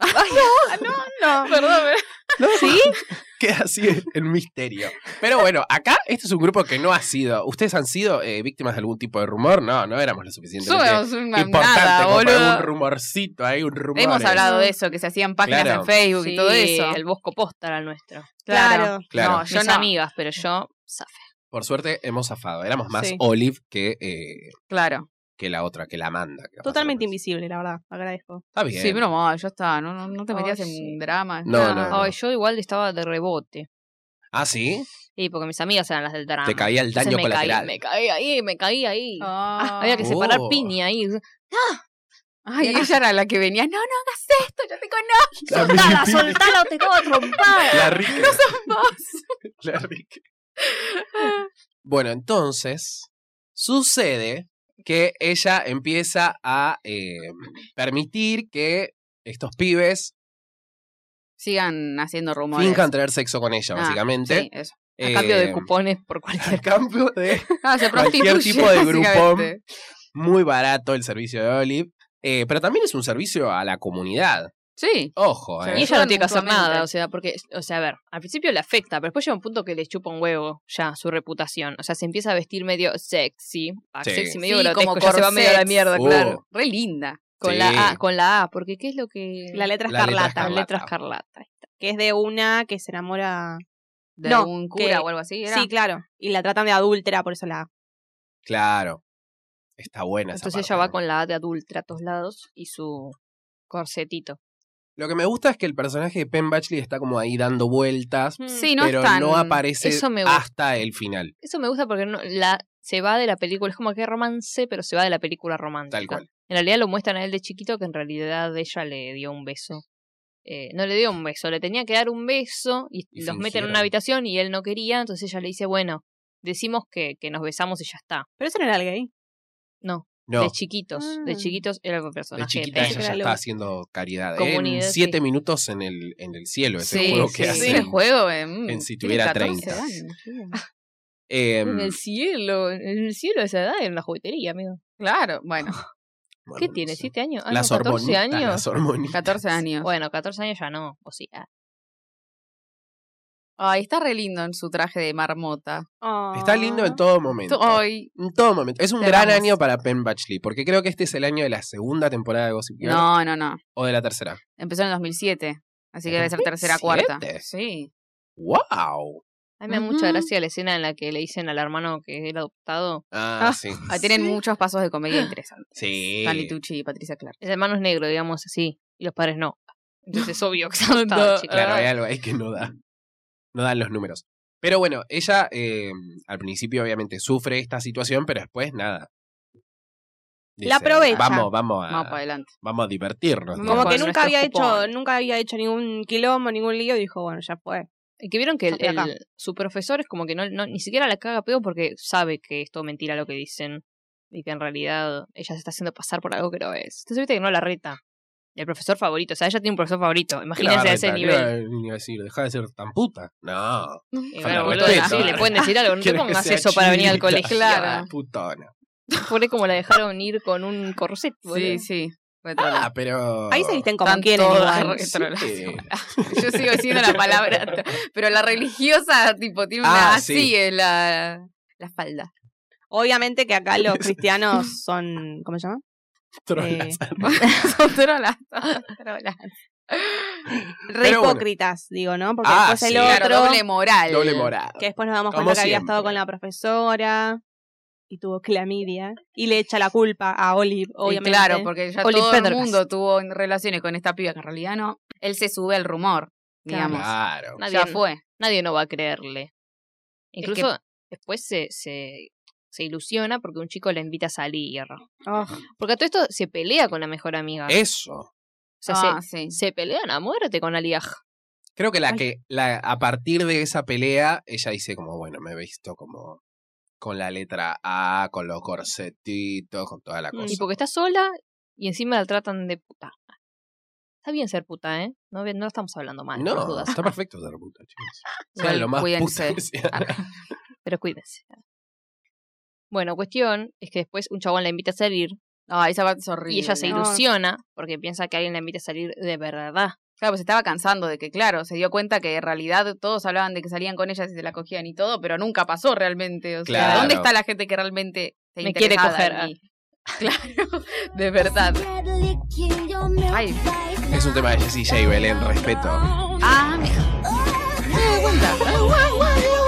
Speaker 2: [laughs] ¿no?
Speaker 1: [laughs]
Speaker 2: no, no. Perdón, pero-
Speaker 1: ¿No? ¿Sí? [laughs] Queda así en misterio. Pero bueno, acá este es un grupo que no ha sido... ¿Ustedes han sido eh, víctimas de algún tipo de rumor? No, no éramos lo suficientemente...
Speaker 2: somos una
Speaker 1: importante,
Speaker 2: nada,
Speaker 1: como para un
Speaker 2: boludo.
Speaker 1: rumorcito, hay un rumor.
Speaker 2: Hemos
Speaker 1: eh.
Speaker 2: hablado de eso, que se hacían páginas
Speaker 1: Claro.
Speaker 2: en Facebook y
Speaker 4: Sí,
Speaker 2: todo eso.
Speaker 4: El Bosco Posta era nuestro.
Speaker 3: Claro.
Speaker 1: Claro.
Speaker 2: No, yo
Speaker 4: Mis
Speaker 2: no.
Speaker 4: amigas, pero yo zafé.
Speaker 1: Por suerte hemos zafado. Éramos más
Speaker 3: Sí.
Speaker 1: Olive que, eh,
Speaker 2: Claro.
Speaker 1: que la otra, que la Amanda. que
Speaker 3: Totalmente
Speaker 1: capaz
Speaker 3: invisible, la verdad. Agradezco.
Speaker 1: Está bien.
Speaker 2: Sí, pero mal, ya está. No, no, no te
Speaker 4: Ay,
Speaker 2: metías en
Speaker 4: sí.
Speaker 2: dramas.
Speaker 1: No,
Speaker 2: nada.
Speaker 1: no, no.
Speaker 4: Ay, yo igual estaba de rebote.
Speaker 1: Ah, ¿sí?
Speaker 4: Sí, porque mis amigas eran las del drama.
Speaker 1: Te caía el daño
Speaker 4: Entonces me
Speaker 1: colateral.
Speaker 4: Caí, me caí ahí, me caí ahí.
Speaker 2: Ah,
Speaker 4: Había que
Speaker 1: Oh.
Speaker 4: separar piña ahí.
Speaker 2: Ay, ella era la que venía. No, no hagas esto, yo te conozco.
Speaker 1: La mini
Speaker 4: Soltala,
Speaker 1: piña.
Speaker 4: soltala o te cago a trompar. [laughs]
Speaker 1: La rica.
Speaker 2: vos.
Speaker 1: [laughs] La rica. Bueno, entonces sucede que ella empieza a eh, permitir que estos pibes
Speaker 2: Sigan haciendo rumores.
Speaker 1: finjan tener sexo con ella,
Speaker 2: Ah,
Speaker 1: básicamente.
Speaker 2: Sí, eso. [laughs]
Speaker 4: A cambio de
Speaker 1: Eh,
Speaker 4: cupones por
Speaker 1: [laughs]
Speaker 4: cualquier
Speaker 1: A cambio de
Speaker 2: Ah, se
Speaker 1: Cualquier
Speaker 2: prostituye.
Speaker 1: tipo de ¿eh? grupón.
Speaker 2: básicamente.
Speaker 1: muy barato el servicio de Olive, eh, pero también es un servicio a la comunidad.
Speaker 2: Sí.
Speaker 1: Ojo,
Speaker 2: Sí.
Speaker 1: eh.
Speaker 4: Y ella no tiene que hacer
Speaker 2: mutuamente.
Speaker 4: nada, o sea, porque, o sea, a ver, al principio le afecta, pero después llega un punto que le chupa un huevo ya su reputación. O sea, se empieza a vestir medio sexy, ah,
Speaker 1: Sí.
Speaker 4: sexy medio
Speaker 2: Sí,
Speaker 4: grotesco,
Speaker 2: como
Speaker 4: ya se va medio a la
Speaker 2: corsets.
Speaker 4: mierda,
Speaker 1: Oh.
Speaker 4: claro.
Speaker 2: Re linda.
Speaker 4: Con,
Speaker 1: Sí.
Speaker 4: la a, con la
Speaker 2: Ah,
Speaker 4: A, porque ¿qué es lo que...?
Speaker 3: La letra
Speaker 1: La letra
Speaker 3: escarlata,
Speaker 4: La
Speaker 1: escarlata.
Speaker 4: letra escarlata.
Speaker 3: que es de una que se enamora.
Speaker 2: De
Speaker 3: No,
Speaker 2: algún cura
Speaker 3: que-
Speaker 2: o algo así. ¿era?
Speaker 3: Sí, claro. Y la tratan de adúltera, por eso la.
Speaker 1: Claro. Está buena. esa
Speaker 4: Entonces
Speaker 1: parte,
Speaker 4: ella va
Speaker 1: ¿no?
Speaker 4: con la A de adulta a todos lados y su corsetito.
Speaker 1: Lo que me gusta es que el personaje de Penn Batchley está como ahí dando vueltas,
Speaker 2: Sí, no
Speaker 1: pero
Speaker 2: es tan...
Speaker 1: no aparece
Speaker 4: Eso me gusta.
Speaker 1: hasta el final.
Speaker 4: Eso me gusta porque no, la se va de la película, es como que romance, pero se va de la película romántica.
Speaker 1: Tal cual.
Speaker 4: En realidad lo muestran a él de chiquito que en realidad ella le dio un beso. Eh, no le dio un beso, le tenía que dar un beso y,
Speaker 1: Y
Speaker 4: los meten en
Speaker 1: fingieron.
Speaker 4: una habitación y él no quería, entonces ella le dice, bueno, decimos que, que nos besamos y ya está.
Speaker 3: Pero eso no era el gay.
Speaker 4: No,
Speaker 1: No,
Speaker 4: de chiquitos, de
Speaker 3: Ah.
Speaker 4: chiquitos era el
Speaker 1: de
Speaker 4: personaje.
Speaker 1: chiquita
Speaker 3: pensé
Speaker 1: ella
Speaker 3: que
Speaker 1: ya
Speaker 3: era
Speaker 1: está
Speaker 3: lo-
Speaker 1: haciendo caridad. ¿eh? En
Speaker 4: Comunidad, sí.
Speaker 1: siete minutos en el, en el cielo, ese
Speaker 4: Sí,
Speaker 1: juego
Speaker 4: sí.
Speaker 1: que hace.
Speaker 4: Sí,
Speaker 2: Ese juego mm, en,
Speaker 1: en si tuviera 30. Em,
Speaker 4: En el cielo, en el cielo de esa edad, en la juguetería, amigo.
Speaker 2: Claro,
Speaker 1: [laughs]
Speaker 2: bueno,
Speaker 4: ¿Qué tiene? ¿Siete años? Ah, no,
Speaker 1: Las
Speaker 4: 14
Speaker 1: hormonitas,
Speaker 4: años.
Speaker 1: Las hormonitas.
Speaker 2: 14 años.
Speaker 4: Bueno, 14 años ya no, o sí. ah.
Speaker 2: Ay, está re lindo en su traje de marmota.
Speaker 1: Está lindo
Speaker 4: Ah.
Speaker 1: en todo momento.
Speaker 2: Hoy.
Speaker 1: En todo momento. Es un
Speaker 2: Te
Speaker 1: gran
Speaker 2: amamos.
Speaker 1: año para Penn Badgley, porque creo que este es el año de la segunda temporada de Gossip Girl.
Speaker 2: No, no, no.
Speaker 1: O de la tercera.
Speaker 2: Empezó en el 2007. Así que
Speaker 1: ¿En
Speaker 2: debe ser tercera,
Speaker 1: 2007?
Speaker 2: cuarta. Sí.
Speaker 1: ¡Wow!
Speaker 4: A mí me da mucha
Speaker 2: Ujú.
Speaker 4: gracia la escena en la que le dicen al hermano que es el adoptado.
Speaker 1: Ah,
Speaker 4: [laughs]
Speaker 2: Ah.
Speaker 1: sí.
Speaker 2: Ah, tienen muchos pasos de
Speaker 1: [gasps]
Speaker 2: comedia interesantes.
Speaker 1: Sí.
Speaker 2: Stanley Tucci y Patricia Clark.
Speaker 4: El hermano es negro, digamos así, y los padres no. Entonces es obvio que se han adoptado,
Speaker 2: No,
Speaker 4: chicos.
Speaker 1: Claro, eh, hay algo ahí que no da. No dan los números. Pero bueno, ella eh, al principio obviamente sufre esta situación, pero después nada.
Speaker 3: La aprovecha.
Speaker 1: Vamos, vamos
Speaker 2: Vamos para
Speaker 1: a,
Speaker 2: adelante.
Speaker 1: vamos a divertirnos.
Speaker 4: Como
Speaker 1: digamos.
Speaker 3: Como que
Speaker 4: Con
Speaker 3: nunca había
Speaker 4: nuestro
Speaker 3: hecho,
Speaker 4: cupón.
Speaker 3: nunca había hecho ningún quilombo, ningún lío, y dijo, bueno, ya fue.
Speaker 4: Y que vieron que el-
Speaker 3: Yo estoy acá.
Speaker 4: el- su profesor es como que no, no- ni siquiera la caga pedo porque sabe que es todo mentira lo que dicen. Y que en realidad ella se está haciendo pasar por algo que no es. Entonces viste que no la reta. Y El profesor favorito, o sea, ella tiene un profesor favorito.
Speaker 1: ¿Qué la va
Speaker 4: Imagínense a ese
Speaker 1: retar? ¿Qué
Speaker 4: nivel.
Speaker 1: le va a decir, deja de ser tan puta. No.
Speaker 4: Y
Speaker 1: Con
Speaker 4: bueno,
Speaker 1: la
Speaker 4: boludo,
Speaker 1: respeto,
Speaker 4: sí, le
Speaker 1: ¿verdad?
Speaker 4: pueden decir algo. No te
Speaker 1: ¿Quieres que
Speaker 4: pongas
Speaker 1: sea
Speaker 4: eso para venir al
Speaker 1: chiquita?
Speaker 4: colegio.
Speaker 2: Claro.
Speaker 1: Putona.
Speaker 4: Pobre como la dejaron ir con un corset.
Speaker 2: Sí,
Speaker 4: boludo.
Speaker 2: sí. Retro.
Speaker 1: Ah, pero.
Speaker 3: Ahí se visten como
Speaker 2: Están
Speaker 3: quieren.
Speaker 2: todas
Speaker 3: igual.
Speaker 2: [laughs] re-
Speaker 1: Sí. [laughs]
Speaker 2: Yo sigo diciendo la palabra. Pero la religiosa, tipo, tiene una
Speaker 1: Ah,
Speaker 2: así
Speaker 1: sí.
Speaker 2: en la, la falda. [laughs]
Speaker 3: Obviamente que
Speaker 1: [laughs]
Speaker 3: acá los cristianos son, ¿cómo se llama? Eh,
Speaker 4: [laughs]
Speaker 1: Trolas.
Speaker 2: Son trolas. son trolas.
Speaker 3: Re
Speaker 1: Pero bueno.
Speaker 3: hipócritas, digo, ¿no? Porque
Speaker 1: Ah,
Speaker 3: después el
Speaker 1: sí.
Speaker 3: otro,
Speaker 2: Claro, doble
Speaker 4: Eh,
Speaker 2: moral.
Speaker 1: Doble moral.
Speaker 3: que después nos damos
Speaker 1: Como
Speaker 3: cuenta que había
Speaker 1: siempre.
Speaker 3: estado con la profesora y tuvo clamidia y le echa la culpa a Olive,
Speaker 2: Y
Speaker 3: obviamente.
Speaker 2: claro, porque ya
Speaker 4: Oli
Speaker 2: todo el
Speaker 4: Pendergast.
Speaker 2: mundo tuvo relaciones con esta piba que en realidad no. Él se sube al rumor,
Speaker 4: Claro.
Speaker 2: digamos.
Speaker 1: Claro.
Speaker 4: Nadie,
Speaker 2: Ya fue.
Speaker 4: nadie no va a creerle.
Speaker 2: Es
Speaker 4: Incluso después se, se, se ilusiona porque un chico la invita a salir.
Speaker 3: Oh,
Speaker 4: Porque a todo esto se pelea con la mejor amiga.
Speaker 1: Eso.
Speaker 4: o sea,
Speaker 2: Ah,
Speaker 4: se,
Speaker 2: sí.
Speaker 4: se pelean a muerte con Aliaj.
Speaker 1: Creo que la
Speaker 3: Ay.
Speaker 1: que la, a partir de esa pelea, ella dice como, bueno, me he visto como con la letra A, con los corsetitos, con toda la
Speaker 3: Mm.
Speaker 1: cosa.
Speaker 4: Y porque está sola y encima la tratan de puta. Está bien ser puta, ¿eh? No, ve- no estamos hablando mal. No.
Speaker 1: no,
Speaker 4: dudas.
Speaker 1: está perfecto ser puta,
Speaker 2: [laughs]
Speaker 1: chicos.
Speaker 2: Igual,
Speaker 1: Sean lo más
Speaker 2: cuídense.
Speaker 1: puta que sean.
Speaker 4: Pero cuídense. Bueno, cuestión es que después un chabón la invita a salir
Speaker 2: Ah, esa parte es horrible.
Speaker 4: y ella se
Speaker 3: Ay.
Speaker 4: ilusiona porque piensa que alguien la invita a salir de verdad.
Speaker 2: Claro, pues se estaba cansando de que, claro, se dio cuenta que en realidad todos hablaban de que salían con ellas y se la cogían y todo, pero nunca pasó realmente. O sea,
Speaker 1: Claro.
Speaker 2: ¿dónde está la gente que realmente está
Speaker 4: Me quiere
Speaker 2: interesada
Speaker 4: coger,
Speaker 2: en
Speaker 4: ah.
Speaker 2: mí? [laughs] Claro, de verdad. Ay,
Speaker 1: [laughs] Es un tema de Jessie J. Belén, respeto.
Speaker 2: ah, me- me doy cuenta.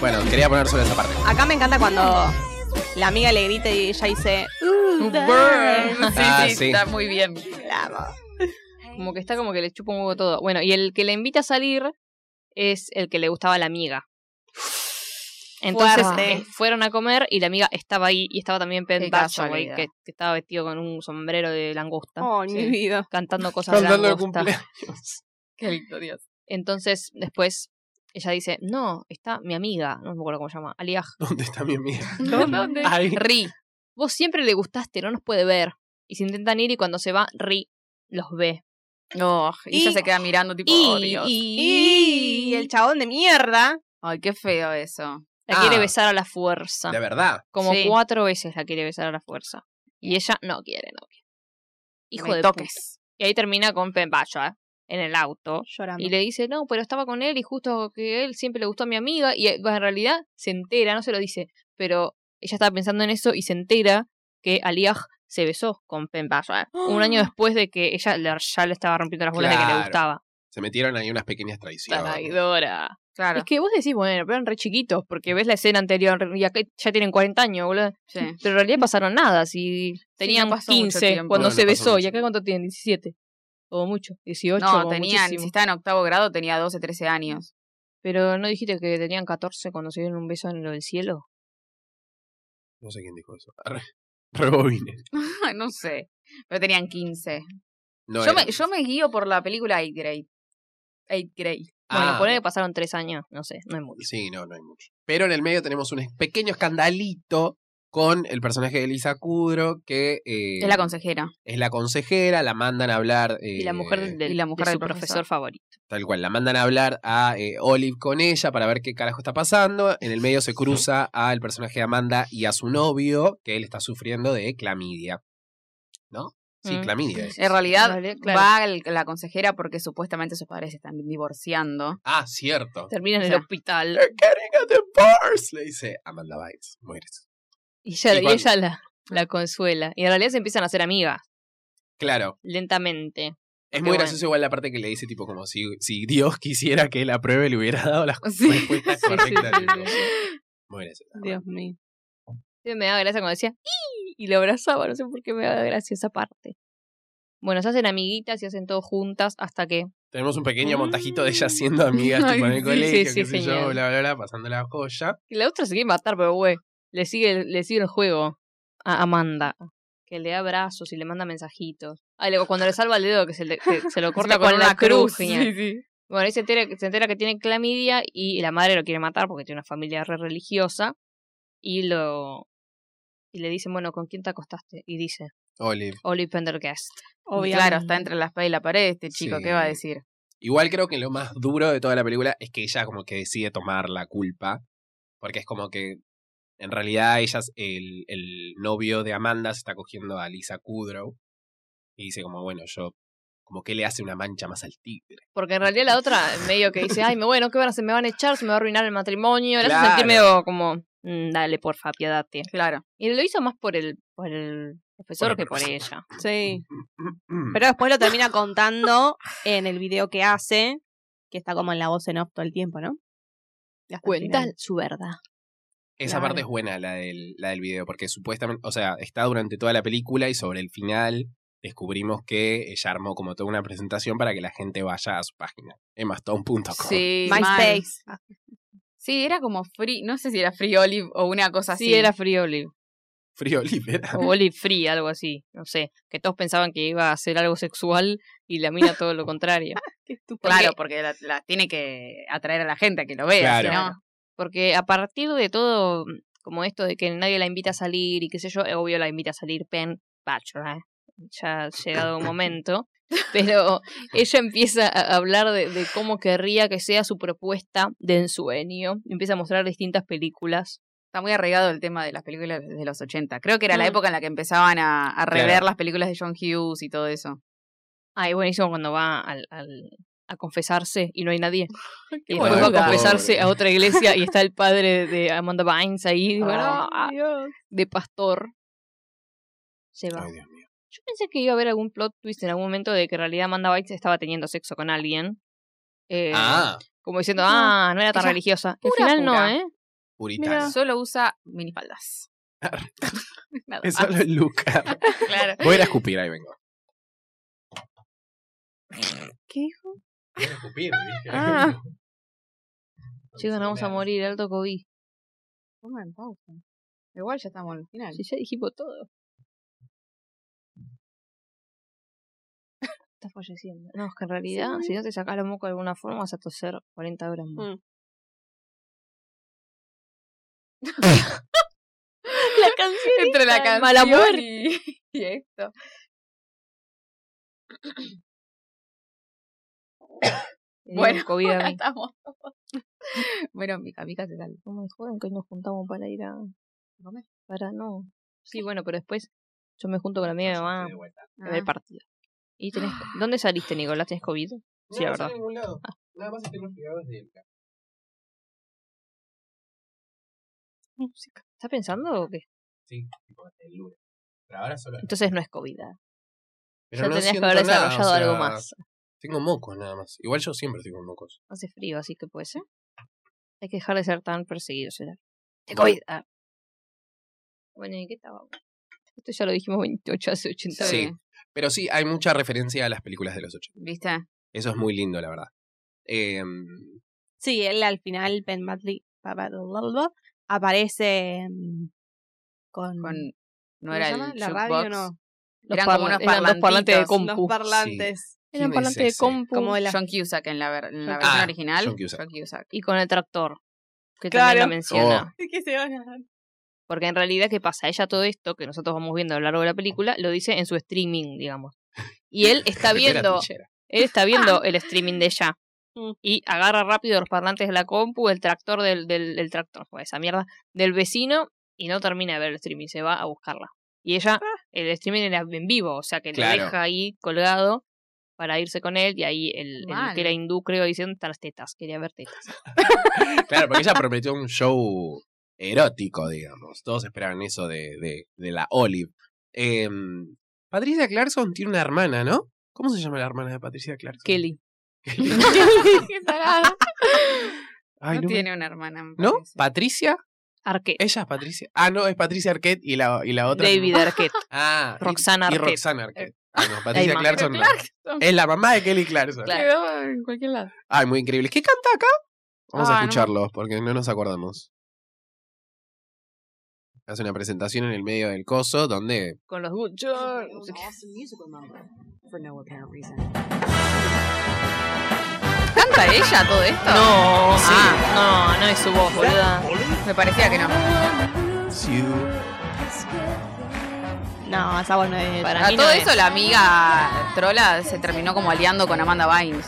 Speaker 1: Bueno, quería poner solo esa parte. [laughs]
Speaker 3: Acá me encanta cuando la amiga le grita y ella dice, "Uh, "Ooh,
Speaker 2: Burn. Sí,
Speaker 1: Ah,
Speaker 2: sí,
Speaker 1: sí.
Speaker 2: está muy bien.
Speaker 3: la amo".
Speaker 4: Como que está como que le chupa un huevo todo. Bueno, y el que le invita a salir es el que le gustaba a la amiga. Entonces
Speaker 3: Fuerte.
Speaker 4: eh, fueron a comer y la amiga estaba ahí y estaba también
Speaker 2: Qué
Speaker 4: Penn Badgley,
Speaker 2: casualidad.
Speaker 4: que, que estaba vestido con un sombrero de langosta,
Speaker 3: [laughs] Oh, mi
Speaker 2: Sí.
Speaker 3: vida.
Speaker 4: cantando cosas de
Speaker 1: Cantando de
Speaker 4: langosta.
Speaker 1: cumpleaños.
Speaker 2: Qué lindo, Dios.
Speaker 4: Entonces después ella dice, no, está mi amiga, no me acuerdo cómo se llama, Aliaj,
Speaker 1: ¿Dónde está mi
Speaker 2: [laughs]
Speaker 1: amiga? [laughs]
Speaker 2: ¿Dónde?
Speaker 1: Ay,
Speaker 2: Ri.
Speaker 4: vos siempre le gustaste, no nos puede ver. Y se intentan ir y cuando se va, Ri los ve.
Speaker 2: No, y, ella
Speaker 3: Y-
Speaker 2: se queda mirando tipo, oh,
Speaker 4: Y,
Speaker 2: Dios.
Speaker 4: y-
Speaker 3: Y el chabón de mierda.
Speaker 2: Ay, qué feo eso.
Speaker 4: la quiere
Speaker 1: Ah.
Speaker 4: besar a la fuerza.
Speaker 1: de verdad.
Speaker 4: Como
Speaker 2: Sí.
Speaker 4: cuatro veces la quiere besar a la fuerza. Y ella no quiere, no quiere. Hijo
Speaker 2: Me
Speaker 4: de puta.
Speaker 2: toques.
Speaker 4: Y ahí termina con Pembacho, ¿eh? En el auto.
Speaker 3: Llorando.
Speaker 4: Y le dice, no, pero estaba con él y justo que él siempre le gustó a mi amiga. Y eh, en realidad se entera, no se lo dice. Pero ella estaba pensando en eso y se entera que Aliaj se besó con Pembacho. ¿eh? Un año después de que ella le- ya le estaba rompiendo las bolas de que le
Speaker 1: Claro.
Speaker 4: gustaba.
Speaker 1: Se metieron ahí unas pequeñas traiciones.
Speaker 4: Traidora.
Speaker 2: Claro.
Speaker 4: Es que vos decís, bueno, pero eran re chiquitos, porque ves la escena anterior y acá ya tienen 40 años, boludo.
Speaker 2: sí.
Speaker 4: Pero en realidad pasaron nada, si tenían
Speaker 2: no pasó mucho
Speaker 4: 15
Speaker 2: tiempo.
Speaker 4: cuando
Speaker 1: No, no
Speaker 4: se
Speaker 1: pasó
Speaker 4: besó, y
Speaker 1: mucho.
Speaker 4: acá cuánto tienen, 17, o mucho, 18,
Speaker 2: No,
Speaker 4: como
Speaker 2: tenían, si
Speaker 4: muchísimo.
Speaker 2: estaba en octavo grado, tenía 12, 13 años. [laughs]
Speaker 4: Pero no dijiste que tenían 14 cuando se dieron un beso en el cielo.
Speaker 1: No sé quién dijo eso. Arre, Rebobine.
Speaker 2: no sé. Pero tenían 15.
Speaker 1: No
Speaker 2: yo,
Speaker 1: era.
Speaker 2: me, yo me guío por la película Eight Grade. Eight Grade.
Speaker 4: Bueno,
Speaker 1: Ah,
Speaker 4: poner que pasaron 3 años, no sé, no es mucho.
Speaker 1: Sí, no, no hay mucho. Pero en el medio tenemos un es- pequeño escandalito con el personaje de Elisa Kudrow, que eh,
Speaker 2: Es la consejera.
Speaker 1: es la consejera, la mandan a hablar.
Speaker 4: Y la
Speaker 1: eh,
Speaker 4: mujer del,
Speaker 2: y la mujer
Speaker 4: de
Speaker 2: del
Speaker 4: su profesor,
Speaker 2: profesor.
Speaker 4: favorito.
Speaker 1: Tal cual, la mandan a hablar a eh, Olive con ella para ver qué carajo está pasando. En el medio se cruza al personaje de Amanda y a su novio, que él está sufriendo de clamidia. ¿No? Sí,
Speaker 4: Mm.
Speaker 1: clamidia.
Speaker 4: [laughs]
Speaker 1: es.
Speaker 2: En realidad,
Speaker 4: En realidad, claro.
Speaker 2: va el- la consejera porque supuestamente sus padres se están divorciando.
Speaker 1: Ah, cierto.
Speaker 4: Termina en
Speaker 2: O
Speaker 4: el
Speaker 2: sea,
Speaker 4: hospital.
Speaker 1: They're getting a divorce, le dice Amanda Bynes. Mujeres.
Speaker 4: Y, ella-
Speaker 1: ¿Y
Speaker 4: y
Speaker 1: cuál?
Speaker 4: ella la, la consuela. Y en realidad se empiezan a hacer amigas,
Speaker 1: Claro.
Speaker 4: lentamente.
Speaker 1: Es
Speaker 4: Qué
Speaker 1: muy
Speaker 4: bueno.
Speaker 1: gracioso igual la parte que le dice, tipo, como si, si Dios quisiera que él apruebe, le hubiera dado las
Speaker 2: Sí.
Speaker 1: respuestas
Speaker 4: Sí, sí,
Speaker 1: correctas.
Speaker 4: sí,
Speaker 1: tipo.
Speaker 4: sí,
Speaker 1: Muy gracioso.
Speaker 3: Dios mío.
Speaker 4: Sí, Me daba gracia cuando decía "Ih", y lo abrazaba, no sé por qué me daba gracia esa parte. Bueno, se hacen amiguitas y hacen todo juntas hasta que
Speaker 1: Tenemos un pequeño
Speaker 4: Mm.
Speaker 1: montajito de ellas siendo amigas tipo, en
Speaker 2: Ay,
Speaker 1: el
Speaker 2: sí,
Speaker 1: colegio,
Speaker 4: sí, sí,
Speaker 1: qué sé yo,
Speaker 4: genial.
Speaker 1: bla, bla, bla, pasando la joya.
Speaker 4: y la otra se quiere matar, pero güey, le sigue, le sigue el juego a Amanda, que le da abrazos y le manda mensajitos. Ah, y luego cuando le salva el dedo que se, le- que [laughs] se lo corta
Speaker 2: Encima
Speaker 4: con, la cruz. genial.
Speaker 2: Sí, sí.
Speaker 4: Bueno, ahí se entera, se entera que tiene clamidia y la madre lo quiere matar porque tiene una familia re religiosa. Y lo. Y le dicen, bueno, ¿con quién te acostaste? Y dice,
Speaker 1: Olive.
Speaker 4: Oli Pendergast.
Speaker 2: Y
Speaker 3: Obviamente.
Speaker 2: Claro, está entre la espada y la pared este chico,
Speaker 1: Sí.
Speaker 2: ¿qué va a decir?
Speaker 1: Igual creo que lo más duro de toda la película es que ella como que decide tomar la culpa, porque es como que en realidad ellas, el, el novio de Amanda se está cogiendo a Lisa Kudrow y dice como, bueno, yo como que le hace una mancha más al tigre.
Speaker 4: Porque en realidad la otra medio que dice, ay, me, bueno, ¿qué van a hacer? ¿Me van a echar? ¿Se me va a arruinar el matrimonio? Le hace
Speaker 1: Claro.
Speaker 4: sentir medio como, "Mm, dale, porfa, piadate.
Speaker 2: Claro.
Speaker 4: Y lo hizo más por el, por el profesor
Speaker 1: Por
Speaker 4: que
Speaker 1: el
Speaker 4: por
Speaker 1: profesor.
Speaker 4: ella.
Speaker 1: [laughs]
Speaker 3: Sí.
Speaker 1: Mm,
Speaker 3: Pero después lo termina contando en el video que hace, que está como en la voz en off todo el tiempo, ¿no? Y hasta el
Speaker 4: Cuenta
Speaker 3: final.
Speaker 4: su verdad.
Speaker 1: Esa
Speaker 3: Claro.
Speaker 1: parte es buena, la del, la del video, porque supuestamente, o sea, está durante toda la película y sobre el final descubrimos que ella armó como toda una presentación para que la gente vaya a su página, emmaston.com.
Speaker 2: Sí. mal.
Speaker 3: MySpace.
Speaker 2: Sí, era como Free, no sé si era Free Olive o una cosa así.
Speaker 4: Sí, era Free Olive.
Speaker 1: [laughs] Frío libera.
Speaker 4: O Olive Free, algo así. No sé. Que todos pensaban que iba a hacer algo sexual y la mina todo lo contrario.
Speaker 3: Qué estúpido.
Speaker 2: Claro, porque la, la tiene que atraer a la gente a que lo vea,
Speaker 1: Claro.
Speaker 2: si no-
Speaker 4: Porque a partir de todo, como esto de que nadie la invita a salir y qué sé yo, eh, obvio la invita a salir Penn Bachelor. ¿eh? Ya ha llegado un momento. [laughs] Pero ella empieza a hablar de, de cómo querría que sea su propuesta de ensueño. Empieza a mostrar distintas películas.
Speaker 2: Está muy arraigado el tema de las películas de los 80. Creo que era la
Speaker 4: Mm.
Speaker 2: época en la que empezaban a, a rever
Speaker 1: Claro.
Speaker 2: las películas de John Hughes y todo eso.
Speaker 4: Ah, y buenísimo cuando va al- al- a confesarse y no hay nadie. Y
Speaker 1: bueno.
Speaker 4: después va a
Speaker 1: Pobre.
Speaker 4: confesarse a otra iglesia y está el padre de Amanda Bynes ahí, y bueno, ah,
Speaker 3: [laughs] Dios.
Speaker 4: de pastor. Se va.
Speaker 1: Ay, Dios mío.
Speaker 4: Yo pensé que iba a haber algún plot twist en algún momento de que en realidad Amanda Bynes estaba teniendo sexo con alguien. Eh,
Speaker 1: Ah,
Speaker 4: Como diciendo,
Speaker 3: No,
Speaker 4: ah, no era tan
Speaker 2: ella
Speaker 4: religiosa. Al
Speaker 2: pura,
Speaker 4: final no,
Speaker 2: pura.
Speaker 4: ¿eh?
Speaker 1: puritana.
Speaker 2: Solo usa minifaldas. Nada
Speaker 4: Ah.
Speaker 1: Es
Speaker 2: más.
Speaker 1: solo el
Speaker 4: [laughs]
Speaker 1: Luca.
Speaker 2: Claro.
Speaker 1: Voy a ir a escupir, ahí vengo.
Speaker 3: ¿Qué dijo?
Speaker 1: Voy a ir a escupir. dije.
Speaker 4: Ah. Chicos, nos vamos a morir, alto COVID.
Speaker 2: Pongan pausa. Igual ya estamos al final.
Speaker 4: Sí, ya dijimos todo. Estás falleciendo. No, es que en realidad,
Speaker 3: Sí.
Speaker 4: si no te sacas los mocos de alguna forma, vas a toser 40 horas más.
Speaker 3: Mm.
Speaker 4: la canción
Speaker 2: Entre la
Speaker 4: esta,
Speaker 2: canción
Speaker 4: Mala muerte.
Speaker 2: y, [laughs] y esto. [coughs] Bueno,
Speaker 4: Bueno, COVID a
Speaker 2: Acá
Speaker 4: mí.
Speaker 2: estamos todos. [laughs] Bueno, Mica, Mica se sale.
Speaker 4: No me jodan que hoy nos juntamos para ir a
Speaker 2: ¿Comer?
Speaker 4: Para no. Sí, bueno, pero después yo me junto con la mía de mamá
Speaker 1: De vuelta.
Speaker 4: a
Speaker 2: ah.
Speaker 4: ver partido. ¿Y tenés,
Speaker 2: [gasps]
Speaker 4: ¿Dónde saliste, Nicolás? ¿Tenés COVID?
Speaker 1: No,
Speaker 4: Sí, la
Speaker 1: no sale
Speaker 4: verdad. Ah.
Speaker 1: a ningún lado. Nada más estoy conspirado desde el
Speaker 3: Música.
Speaker 4: ¿Estás pensando o qué?
Speaker 1: Sí, tipo desde el lunes. Pero ahora solo.
Speaker 4: Entonces no es COVID. ah.
Speaker 1: Pero
Speaker 4: ya
Speaker 1: no
Speaker 4: tenías que
Speaker 1: siento
Speaker 4: haber
Speaker 1: nada,
Speaker 4: desarrollado
Speaker 1: o sea,
Speaker 4: algo más.
Speaker 1: Tengo mocos nada más. Igual yo siempre estoy con mocos.
Speaker 4: Hace frío, así que puede ser. Hay que dejar de ser tan perseguidos. ¿será? ¡De COVID! ah. Bueno, ¿y qué estaba? Esto ya lo dijimos 28 hace 80
Speaker 1: Sí.
Speaker 4: veces.
Speaker 1: Pero sí, hay mucha referencia a las películas de los 80.
Speaker 2: ¿Viste?
Speaker 1: Eso es muy lindo, la verdad. Eh,
Speaker 3: Sí, él al final, Ben Badley, aparece mm, con,
Speaker 2: Con, no
Speaker 3: ¿cómo
Speaker 2: era
Speaker 3: se
Speaker 2: el
Speaker 3: llama? la
Speaker 2: jukebox.
Speaker 3: radio, no.
Speaker 4: Los
Speaker 2: Eran como
Speaker 4: parla- eran
Speaker 2: unos
Speaker 4: dos parlantes de
Speaker 2: parlantitos,
Speaker 4: compu.
Speaker 3: Los parlantes.
Speaker 4: Eran
Speaker 1: ¿Quién es
Speaker 4: parlantes de
Speaker 1: ese?
Speaker 4: compu
Speaker 3: Como la- [laughs]
Speaker 2: John Cusack en la, ver- en la
Speaker 4: Ah,
Speaker 2: versión original.
Speaker 1: John Cusack.
Speaker 4: y con el tractor. Que
Speaker 3: Claro.
Speaker 4: también lo menciona.
Speaker 2: Oh.
Speaker 3: que se van a-
Speaker 4: Porque en realidad, ¿qué pasa? Ella todo esto que nosotros vamos viendo a lo largo de la película lo dice en su streaming, digamos. Y él
Speaker 2: [laughs]
Speaker 4: está
Speaker 1: Repera
Speaker 4: viendo,
Speaker 1: trinchera.
Speaker 4: él está viendo el streaming de ella.
Speaker 3: Mm.
Speaker 4: Y agarra rápido los parlantes de la compu, el tractor del, del, del tractor, fue esa mierda, del vecino, y no termina de ver el streaming, se va a buscarla. Y ella, el streaming era en vivo, o sea que
Speaker 1: Claro.
Speaker 4: lo deja ahí colgado para irse con él, y ahí el, el
Speaker 2: Mal.
Speaker 4: que era hindú, creo, dice, ¿dónde están las tetas? Quería ver tetas.
Speaker 1: Claro, porque ella prometió un show erótico, digamos. Todos esperaban eso de, de, de la Olive. Em, Patricia Clarkson tiene una hermana, ¿no? ¿Cómo se llama la hermana de Patricia Clarkson?
Speaker 4: Kelly. [laughs]
Speaker 2: Qué tarada.
Speaker 1: Ay,
Speaker 2: no
Speaker 1: no me-
Speaker 2: tiene una hermana. me
Speaker 1: ¿No?
Speaker 2: parece.
Speaker 1: ¿Patricia?
Speaker 4: Arquette.
Speaker 1: Ella es Patricia. Ah, no, es Patricia Arquette y la, y la otra.
Speaker 4: David Arquette.
Speaker 1: Ah, y-
Speaker 4: Roxana
Speaker 1: y,
Speaker 4: Arquette.
Speaker 1: Roxana Arquette. Ah, no, Patricia
Speaker 4: mamá.
Speaker 1: Clarkson no. Es la mamá de Kelly Clarkson.
Speaker 4: Claro.
Speaker 2: Quedó en cualquier lado.
Speaker 1: Ay, muy increíble. ¿Qué canta acá? Vamos
Speaker 2: Ah,
Speaker 1: a
Speaker 2: no me-
Speaker 1: escucharlo, porque no nos acordamos. Hace una presentación en el medio del coso donde.
Speaker 4: Con los Good
Speaker 5: It was an awesome musical number for no apparent reason.
Speaker 2: ¿Canta ella todo esto?
Speaker 4: No, sí.
Speaker 2: Ah.
Speaker 4: no, no es su voz, boluda.
Speaker 2: Me parecía que no.
Speaker 3: No, esa voz no Ah, es.
Speaker 4: Para
Speaker 2: A
Speaker 4: mí
Speaker 2: todo
Speaker 4: no
Speaker 2: eso
Speaker 4: es.
Speaker 2: la amiga trola se terminó como aliando con Amanda
Speaker 1: [laughs]
Speaker 2: Bynes.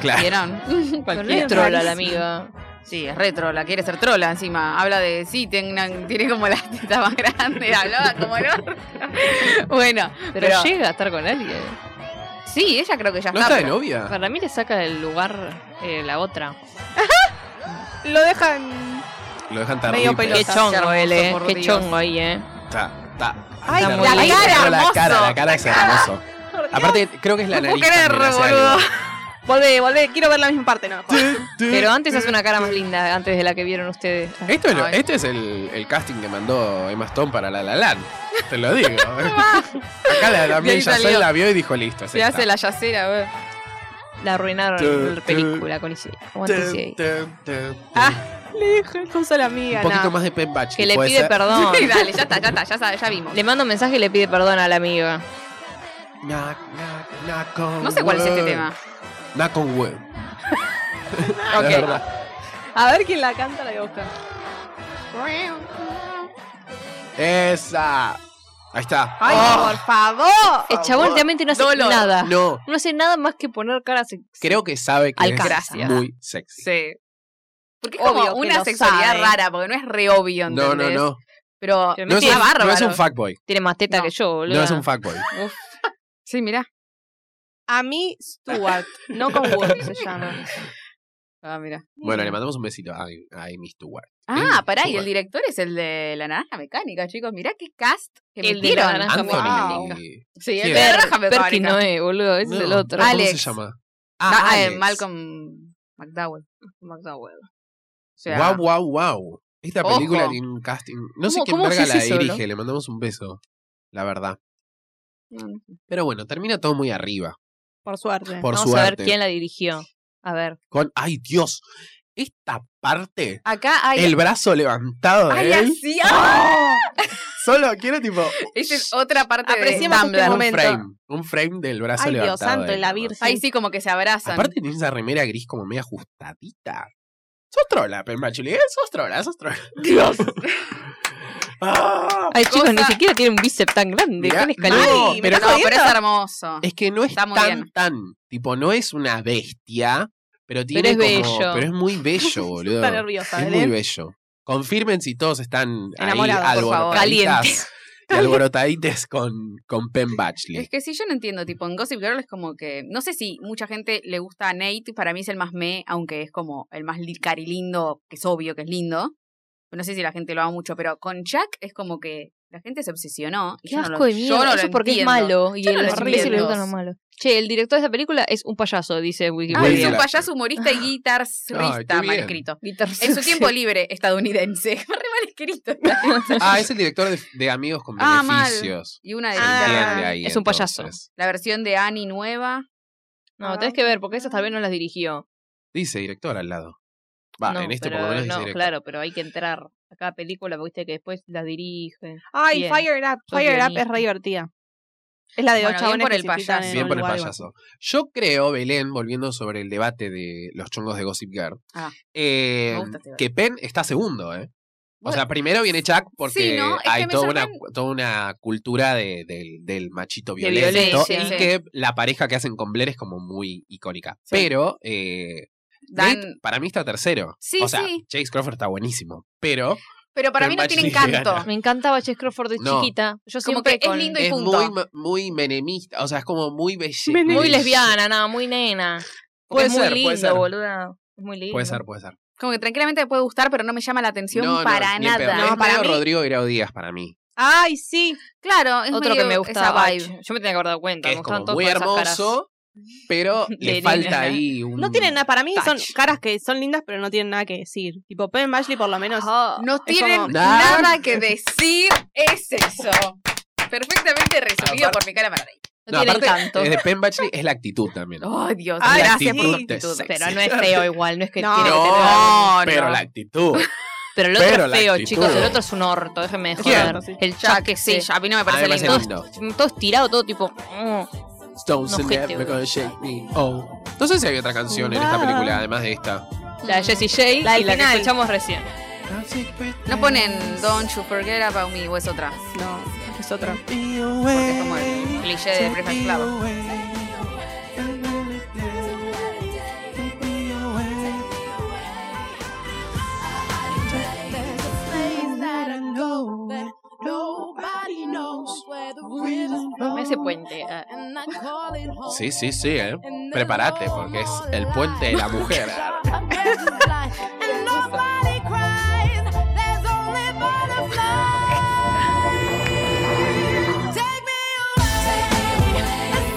Speaker 1: Claro.
Speaker 2: ¿Vieron?
Speaker 4: Es trola la amiga.
Speaker 2: Sí, es re trola, quiere ser trola encima. Habla de sí, ten- tiene como las tetas más grandes, [laughs] hablaba como el orto. Bueno,
Speaker 4: Pero,
Speaker 2: pero,
Speaker 4: llega a estar con alguien.
Speaker 2: sí, ella creo que ya
Speaker 1: ¿No
Speaker 2: está.
Speaker 1: está de
Speaker 2: pero-
Speaker 1: novia?
Speaker 4: Para mí le saca del lugar eh, la otra.
Speaker 3: Lo dejan.
Speaker 1: Lo dejan tan
Speaker 3: Medio
Speaker 1: horrible.
Speaker 3: Pero
Speaker 4: Qué
Speaker 3: está
Speaker 4: chongo
Speaker 2: hermoso,
Speaker 4: él, eh.
Speaker 2: por
Speaker 4: Qué
Speaker 2: Dios.
Speaker 4: chongo ahí, eh.
Speaker 3: Mm,
Speaker 1: Está, está.
Speaker 3: Ay,
Speaker 1: Está
Speaker 4: la
Speaker 1: muy
Speaker 4: cara,
Speaker 1: lindo. Pero la
Speaker 2: hermoso.
Speaker 1: cara, la cara es
Speaker 2: [laughs]
Speaker 1: hermoso. Aparte, creo que es la
Speaker 2: No puedo
Speaker 1: nariz. también,
Speaker 2: creer,
Speaker 1: hace algo.
Speaker 2: boludo.
Speaker 3: Volvé, volvé. Quiero ver la misma parte, no. [laughs]
Speaker 4: Pero
Speaker 3: mm.
Speaker 4: antes hace una cara más linda, antes de la que vieron ustedes.
Speaker 1: Esto es lo-
Speaker 2: Ay.
Speaker 1: este es el, el casting que mandó Emma Stone para La La Land. Te lo
Speaker 2: [laughs]
Speaker 1: digo. Acá la también
Speaker 2: ahí salió.
Speaker 1: Yacel la vio y dijo listo. es
Speaker 2: Se
Speaker 1: esta.
Speaker 2: hace la yacera, güey.
Speaker 4: La arruinaron
Speaker 1: Te-
Speaker 4: la película con Issei. Aguante
Speaker 1: Tum,
Speaker 4: Issei.
Speaker 1: tum, tum, tum.
Speaker 3: Ah, le dijo el coso a la amiga.
Speaker 1: Un poquito
Speaker 3: no.
Speaker 1: más de Pep Batch.
Speaker 4: Que le
Speaker 1: puede
Speaker 4: pide
Speaker 1: ser. [laughs]
Speaker 4: perdón.
Speaker 2: [laughs] Sí, dale, ya está, ya está, ya, sabe, ya vimos.
Speaker 4: Le manda un mensaje y le pide perdón a la amiga.
Speaker 1: Knock, knock, knock on
Speaker 2: No sé cuál es este
Speaker 1: wood.
Speaker 2: tema.
Speaker 1: Knock on
Speaker 2: [laughs]
Speaker 1: wood.
Speaker 2: Ok.
Speaker 1: Es verdad.
Speaker 3: A ver quién la canta, la voy a buscar.
Speaker 1: Esa. Ahí está.
Speaker 2: Ah.
Speaker 3: Ay,
Speaker 1: Oh,
Speaker 3: por favor.
Speaker 4: El chabón realmente no hace
Speaker 2: Dolor.
Speaker 4: nada.
Speaker 1: no.
Speaker 4: No hace nada más que poner cara sexy.
Speaker 1: Creo que sabe que
Speaker 4: Alcanza.
Speaker 1: es muy sexy.
Speaker 2: Sí. Porque es
Speaker 3: Obvio
Speaker 2: como
Speaker 3: que
Speaker 2: una
Speaker 3: lo
Speaker 2: sexualidad
Speaker 3: sabe.
Speaker 2: rara, porque no es re obvio,
Speaker 1: No,
Speaker 2: ¿entendés?
Speaker 1: no, no.
Speaker 2: Pero
Speaker 4: Pero
Speaker 1: No es,
Speaker 4: tiene
Speaker 1: un,
Speaker 2: está bárbaro.
Speaker 1: no es un fuckboy.
Speaker 4: Tiene más teta
Speaker 2: No.
Speaker 4: que yo, boludo.
Speaker 1: No es un fuckboy.
Speaker 2: Sí, mirá.
Speaker 3: A mí, Stuart. No con Word se llama.
Speaker 2: Ah, mirá.
Speaker 1: Bueno, le mandamos un besito a, a Amy Stewart.
Speaker 2: Ah, pará, y
Speaker 1: Stewart.
Speaker 2: el director es el de La Naranja Mecánica, chicos. Mirá qué cast que
Speaker 4: El de
Speaker 2: metieron.
Speaker 4: La Naranja
Speaker 1: Anthony.
Speaker 3: Wow.
Speaker 2: Sí, el
Speaker 1: ¿Quién?
Speaker 2: de La
Speaker 1: Per-
Speaker 2: Naranja Mecánica.
Speaker 4: [laughs] Perky no es, boludo. Ese es el
Speaker 1: No,
Speaker 4: otro.
Speaker 1: ¿Cómo
Speaker 2: Alex.
Speaker 1: se llama?
Speaker 2: No, ah, eh,
Speaker 1: Alex.
Speaker 2: Malcolm McDowell. McDowell. O sea,
Speaker 1: Wow, wow, wow. Esta
Speaker 2: Ojo.
Speaker 1: película tiene un casting. No sé
Speaker 4: ¿Cómo-
Speaker 1: quién
Speaker 4: cómo
Speaker 1: verga
Speaker 4: haces
Speaker 1: la
Speaker 4: eso,
Speaker 1: dirige. Le mandamos un beso. La verdad.
Speaker 2: no, no sé.
Speaker 1: Pero bueno, termina todo muy arriba.
Speaker 3: Por suerte.
Speaker 1: Por
Speaker 4: Vamos a ver
Speaker 1: suerte.
Speaker 4: quién la dirigió. A ver.
Speaker 1: Con. ¡Ay, Dios! Esta parte.
Speaker 2: Acá hay.
Speaker 1: El brazo levantado de
Speaker 2: ¡Ay,
Speaker 1: él.
Speaker 2: así! ¡ah!
Speaker 1: Solo quiero tipo.
Speaker 2: [laughs] Esa es otra parte
Speaker 3: Apreciemos
Speaker 2: de
Speaker 3: este
Speaker 2: Dumbledore.
Speaker 1: Un
Speaker 3: momento.
Speaker 1: frame. Un frame del brazo
Speaker 3: Ay, Dios
Speaker 1: levantado.
Speaker 3: santo,
Speaker 1: de él,
Speaker 3: la
Speaker 1: ¿no?
Speaker 3: Virgen.
Speaker 2: Ahí sí, como que se abrazan.
Speaker 1: Aparte tiene esa remera gris como media ajustadita. Sos trola, Pembachuli. ¿eh? Sos trola, sos trola. Dios. [laughs] ah,
Speaker 4: Ay, chicos, ni
Speaker 2: cosa-
Speaker 4: siquiera tiene un bíceps tan grande.
Speaker 1: Mirá,
Speaker 4: Tan escalado.
Speaker 1: no,
Speaker 3: Ay, me
Speaker 1: pero
Speaker 2: no,
Speaker 3: estás
Speaker 2: pero
Speaker 3: jodiendo?
Speaker 2: es hermoso.
Speaker 1: Es que no es
Speaker 2: Está muy
Speaker 1: tan,
Speaker 2: bien.
Speaker 1: tan. Tipo, no es una bestia, pero tiene
Speaker 4: Pero es
Speaker 1: como-
Speaker 4: bello.
Speaker 1: Pero es muy bello, boludo.
Speaker 3: Está nerviosa,
Speaker 1: es
Speaker 3: ¿eh?
Speaker 1: muy bello. Confirmen si todos están ahí
Speaker 3: Enamorados, por favor.
Speaker 1: alborotaditas y alborotaditas con, con Penn
Speaker 2: Es
Speaker 1: Batchley.
Speaker 2: que sí, yo no entiendo, tipo, en Gossip Girl es como que, no sé si mucha gente le gusta a Nate, para mí es el más me, aunque es como el más li- carilindo, que es obvio que es lindo. No sé si la gente lo ama mucho, pero con Jack es como que la gente se obsesionó. y
Speaker 4: Qué
Speaker 2: yo no lo-
Speaker 4: asco de
Speaker 2: yo no
Speaker 4: mierda.
Speaker 2: lo
Speaker 4: Eso porque es
Speaker 2: entiendo.
Speaker 4: malo. Y
Speaker 2: Yo
Speaker 4: a
Speaker 2: no lo
Speaker 4: los ingleses
Speaker 2: entiendo.
Speaker 4: les gustan los malos. Che, el director de esta película es un payaso, dice
Speaker 2: Ah, es un
Speaker 1: William.
Speaker 4: Wikipedia.
Speaker 2: payaso humorista y guitarrista,
Speaker 1: Ay, qué
Speaker 2: mal
Speaker 1: bien.
Speaker 2: escrito.
Speaker 4: Guitar
Speaker 2: En su
Speaker 4: sexy.
Speaker 2: tiempo libre, estadounidense. [laughs] Re mal escrito. esta gente.
Speaker 1: Ah, es el director de, de Amigos con
Speaker 2: Ah, mal.
Speaker 1: Beneficios.
Speaker 2: Y una de
Speaker 1: Se
Speaker 3: Ah,
Speaker 1: entiende ahí,
Speaker 4: es un payaso.
Speaker 1: entonces.
Speaker 2: la versión de Annie nueva.
Speaker 4: No, tenés que ver, porque esas tal vez no las dirigió.
Speaker 1: Dice director al lado. Va,
Speaker 4: no,
Speaker 1: en este
Speaker 4: pero,
Speaker 1: por lo menos es
Speaker 4: no,
Speaker 1: directo.
Speaker 4: claro, pero hay que entrar a cada película porque viste que después las dirigen.
Speaker 3: Ay,
Speaker 4: Bien.
Speaker 3: Fire Up.
Speaker 4: Soy
Speaker 3: Fire Up
Speaker 4: guionista.
Speaker 3: es re divertida. Es la de
Speaker 2: Bueno,
Speaker 3: dos
Speaker 2: bien
Speaker 3: chabones
Speaker 2: por
Speaker 3: que
Speaker 2: el
Speaker 3: se citan
Speaker 2: payaso.
Speaker 3: en
Speaker 1: Bien
Speaker 3: un
Speaker 1: por el
Speaker 3: lugar,
Speaker 1: payaso. Yo creo, Belén, volviendo sobre el debate de los chongos de Gossip Girl,
Speaker 2: Ah,
Speaker 1: eh,
Speaker 2: me gusta este debate.
Speaker 1: que Penn está segundo, ¿eh? O
Speaker 2: Bueno,
Speaker 1: sea, primero viene Chuck porque
Speaker 2: sí, ¿no? Es que
Speaker 1: hay
Speaker 2: me
Speaker 1: toda, una,
Speaker 2: sorprende-
Speaker 1: toda una cultura de- del- del machito
Speaker 4: De
Speaker 1: violento.
Speaker 4: violencia,
Speaker 1: y
Speaker 4: sí.
Speaker 1: que la pareja que hacen con Blair es como muy icónica. Pero eh,
Speaker 2: Dan-
Speaker 1: Nate, para mí está tercero.
Speaker 2: Sí,
Speaker 1: o sea,
Speaker 2: sí.
Speaker 1: Chase Crawford está buenísimo. Pero
Speaker 2: Pero para
Speaker 1: Pero
Speaker 2: mí no tiene
Speaker 1: Magic City
Speaker 2: encanto.
Speaker 1: gana.
Speaker 4: Me encantaba Chess Crawford de
Speaker 1: No.
Speaker 4: chiquita. Yo
Speaker 2: Como
Speaker 4: siempre
Speaker 2: que es
Speaker 4: con-
Speaker 2: lindo y-
Speaker 1: es
Speaker 2: punto.
Speaker 1: muy, ma- muy menemista. O sea, es como muy belle-
Speaker 3: Menem-
Speaker 4: muy
Speaker 1: belle-
Speaker 4: lesbiana, nada, muy nena.
Speaker 1: Puede
Speaker 4: es muy
Speaker 1: ser,
Speaker 4: lindo,
Speaker 1: puede ser.
Speaker 4: boluda. Es muy lindo.
Speaker 1: Puede ser, puede ser.
Speaker 2: Como que tranquilamente me puede gustar, pero no me llama la atención
Speaker 1: No, no,
Speaker 2: para
Speaker 1: ni en pedo.
Speaker 2: nada.
Speaker 1: Es
Speaker 3: No, para
Speaker 1: medio
Speaker 3: mí-
Speaker 1: Rodrigo Grau Díaz para mí.
Speaker 3: Ay, sí.
Speaker 2: Claro, es
Speaker 4: Otro que
Speaker 2: medio
Speaker 4: me
Speaker 2: esa
Speaker 4: gustaba.
Speaker 2: vibe.
Speaker 4: ch- Yo me tenía que haber dado cuenta.
Speaker 1: Que
Speaker 4: me
Speaker 1: es
Speaker 4: gustaban
Speaker 1: como
Speaker 4: todas
Speaker 1: muy
Speaker 4: esas caras.
Speaker 1: hermoso,
Speaker 4: [laughs]
Speaker 1: pero
Speaker 4: De
Speaker 1: le
Speaker 4: niños,
Speaker 1: falta
Speaker 4: ¿no?
Speaker 1: ahí un...
Speaker 3: No tienen nada. Para mí son
Speaker 1: touch.
Speaker 3: caras que son lindas, pero no tienen nada que decir. Tipo, Penn Bashley, por lo menos.
Speaker 4: Ajá.
Speaker 2: No
Speaker 3: Es
Speaker 2: tienen
Speaker 3: como-
Speaker 1: Nah.
Speaker 2: nada que decir, es eso. Perfectamente resumido
Speaker 1: Aparte-
Speaker 2: por mi cara Maradona.
Speaker 4: No, tiene
Speaker 1: aparte,
Speaker 4: encanto.
Speaker 1: eh, de Penn Badgley es la actitud también.
Speaker 4: Oh,
Speaker 2: Ay, Dios,
Speaker 3: Ay,
Speaker 1: la
Speaker 2: gracias por
Speaker 1: actitud
Speaker 2: tu
Speaker 1: de
Speaker 2: actitud.
Speaker 1: sexy.
Speaker 4: [laughs] Pero no es feo igual, no es que
Speaker 3: No.
Speaker 4: tiene que
Speaker 1: No,
Speaker 4: tener
Speaker 2: No, no.
Speaker 1: pero la
Speaker 4: [laughs]
Speaker 1: actitud.
Speaker 4: Pero el otro
Speaker 1: Pero la
Speaker 4: es feo,
Speaker 1: actitud.
Speaker 4: chicos. El otro es un orto, déjenme de
Speaker 1: ¿Quién?
Speaker 4: joder. El
Speaker 2: Ya
Speaker 4: Jack,
Speaker 2: que sí,
Speaker 4: ese.
Speaker 2: ya, a mí no me
Speaker 1: A mí
Speaker 2: parece
Speaker 1: me parece
Speaker 2: lindo.
Speaker 1: lindo.
Speaker 4: Todo estirado, todo tipo. mm.
Speaker 1: Stones
Speaker 4: Un
Speaker 1: and
Speaker 4: ojete,
Speaker 1: never
Speaker 4: boludo.
Speaker 1: gonna shake me. Oh. No sé si hay otra canción en esta
Speaker 3: Wow.
Speaker 1: película,
Speaker 4: Ah.
Speaker 1: además de esta.
Speaker 4: La
Speaker 2: Mm.
Speaker 4: de Jessie J
Speaker 3: La del
Speaker 4: y la
Speaker 3: final.
Speaker 4: que escuchamos recién.
Speaker 2: No ponen Don't You Forget About Me o es otra.
Speaker 3: No, es otra.
Speaker 2: Porque es como el cliché de Breakfast Club.
Speaker 4: Me hace puente. ah.
Speaker 1: Sí, sí, sí, eh. Prepárate, porque es el puente de la mujer. [laughs]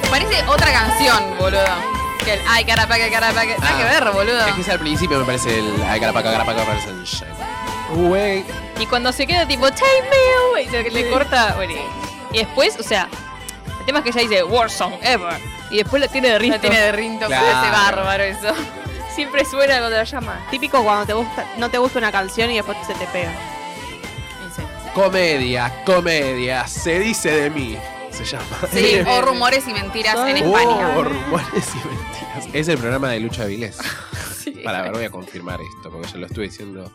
Speaker 2: Parece otra canción, boludo. Que el ay, carapa, que carapa, que. Nada que
Speaker 1: Ah.
Speaker 2: ver, boludo.
Speaker 1: Es que es al principio, me parece el. Ay, carapaca, carapaca, parece el shake. Wey.
Speaker 4: Y cuando se queda tipo, take me away, se le corta. bueno, y después, o sea, el tema es que ella dice, worst song ever. Y después la tiene de
Speaker 2: La
Speaker 4: rito.
Speaker 2: tiene
Speaker 1: Ah,
Speaker 2: de rinto,
Speaker 1: Claro.
Speaker 2: parece bárbaro eso.
Speaker 4: Siempre suena cuando la llama.
Speaker 3: Típico cuando te gusta, no te gusta una canción y después se te pega.
Speaker 1: Comedia, comedia, se dice de mí. Se llama.
Speaker 2: Sí,
Speaker 1: [laughs]
Speaker 2: o rumores y mentiras en
Speaker 1: Oh,
Speaker 2: España.
Speaker 1: rumores y mentiras. Es el programa de Lucha
Speaker 2: [laughs]
Speaker 1: Vilés. Para ver, voy a confirmar esto, porque yo lo estuve diciendo.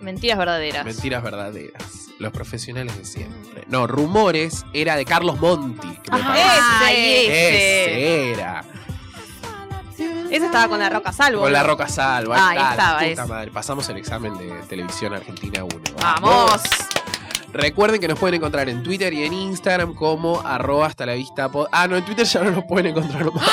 Speaker 4: Mentiras verdaderas.
Speaker 1: Mentiras verdaderas. Los profesionales de siempre. No, rumores era de Carlos Monti. Que me parece.
Speaker 2: Ah,
Speaker 4: Ese, ese.
Speaker 1: Ese era.
Speaker 3: Esa estaba con la roca salvo.
Speaker 1: Con la roca salva.
Speaker 2: Ah, ahí
Speaker 1: está, la
Speaker 2: estaba,
Speaker 1: puta
Speaker 2: es.
Speaker 1: madre. Pasamos el examen de televisión Argentina 1.
Speaker 2: Vamos.
Speaker 1: Recuerden que nos pueden encontrar en Twitter y en Instagram como arroba hasta la vista pod. Ah, no, en Twitter ya no nos pueden [laughs]
Speaker 2: Ah,
Speaker 1: encontrar más.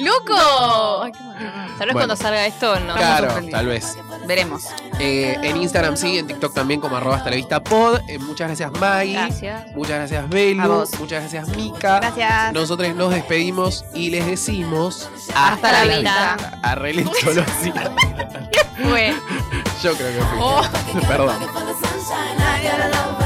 Speaker 2: ¡Loco!
Speaker 4: Ay, qué mal. Tal vez
Speaker 1: Bueno.
Speaker 4: cuando salga esto, no.
Speaker 1: claro,
Speaker 2: sorprendidos.
Speaker 1: tal vez.
Speaker 2: Veremos.
Speaker 1: Eh, en Instagram sí, en TikTok también como arroba hasta la vista pod. Eh, muchas gracias Maggie.
Speaker 4: Gracias.
Speaker 1: Muchas gracias
Speaker 2: A
Speaker 1: Belu.
Speaker 2: vos.
Speaker 1: Muchas gracias Mika.
Speaker 3: Gracias.
Speaker 1: Nosotros nos despedimos y les decimos
Speaker 2: Hasta la vista.
Speaker 1: Arreglen solo
Speaker 2: [laughs]
Speaker 1: así.
Speaker 2: Fue.
Speaker 1: Yo creo que fui.
Speaker 2: Oh.
Speaker 1: Perdón.
Speaker 6: Looking for the sunshine, I got a love.
Speaker 1: Oh,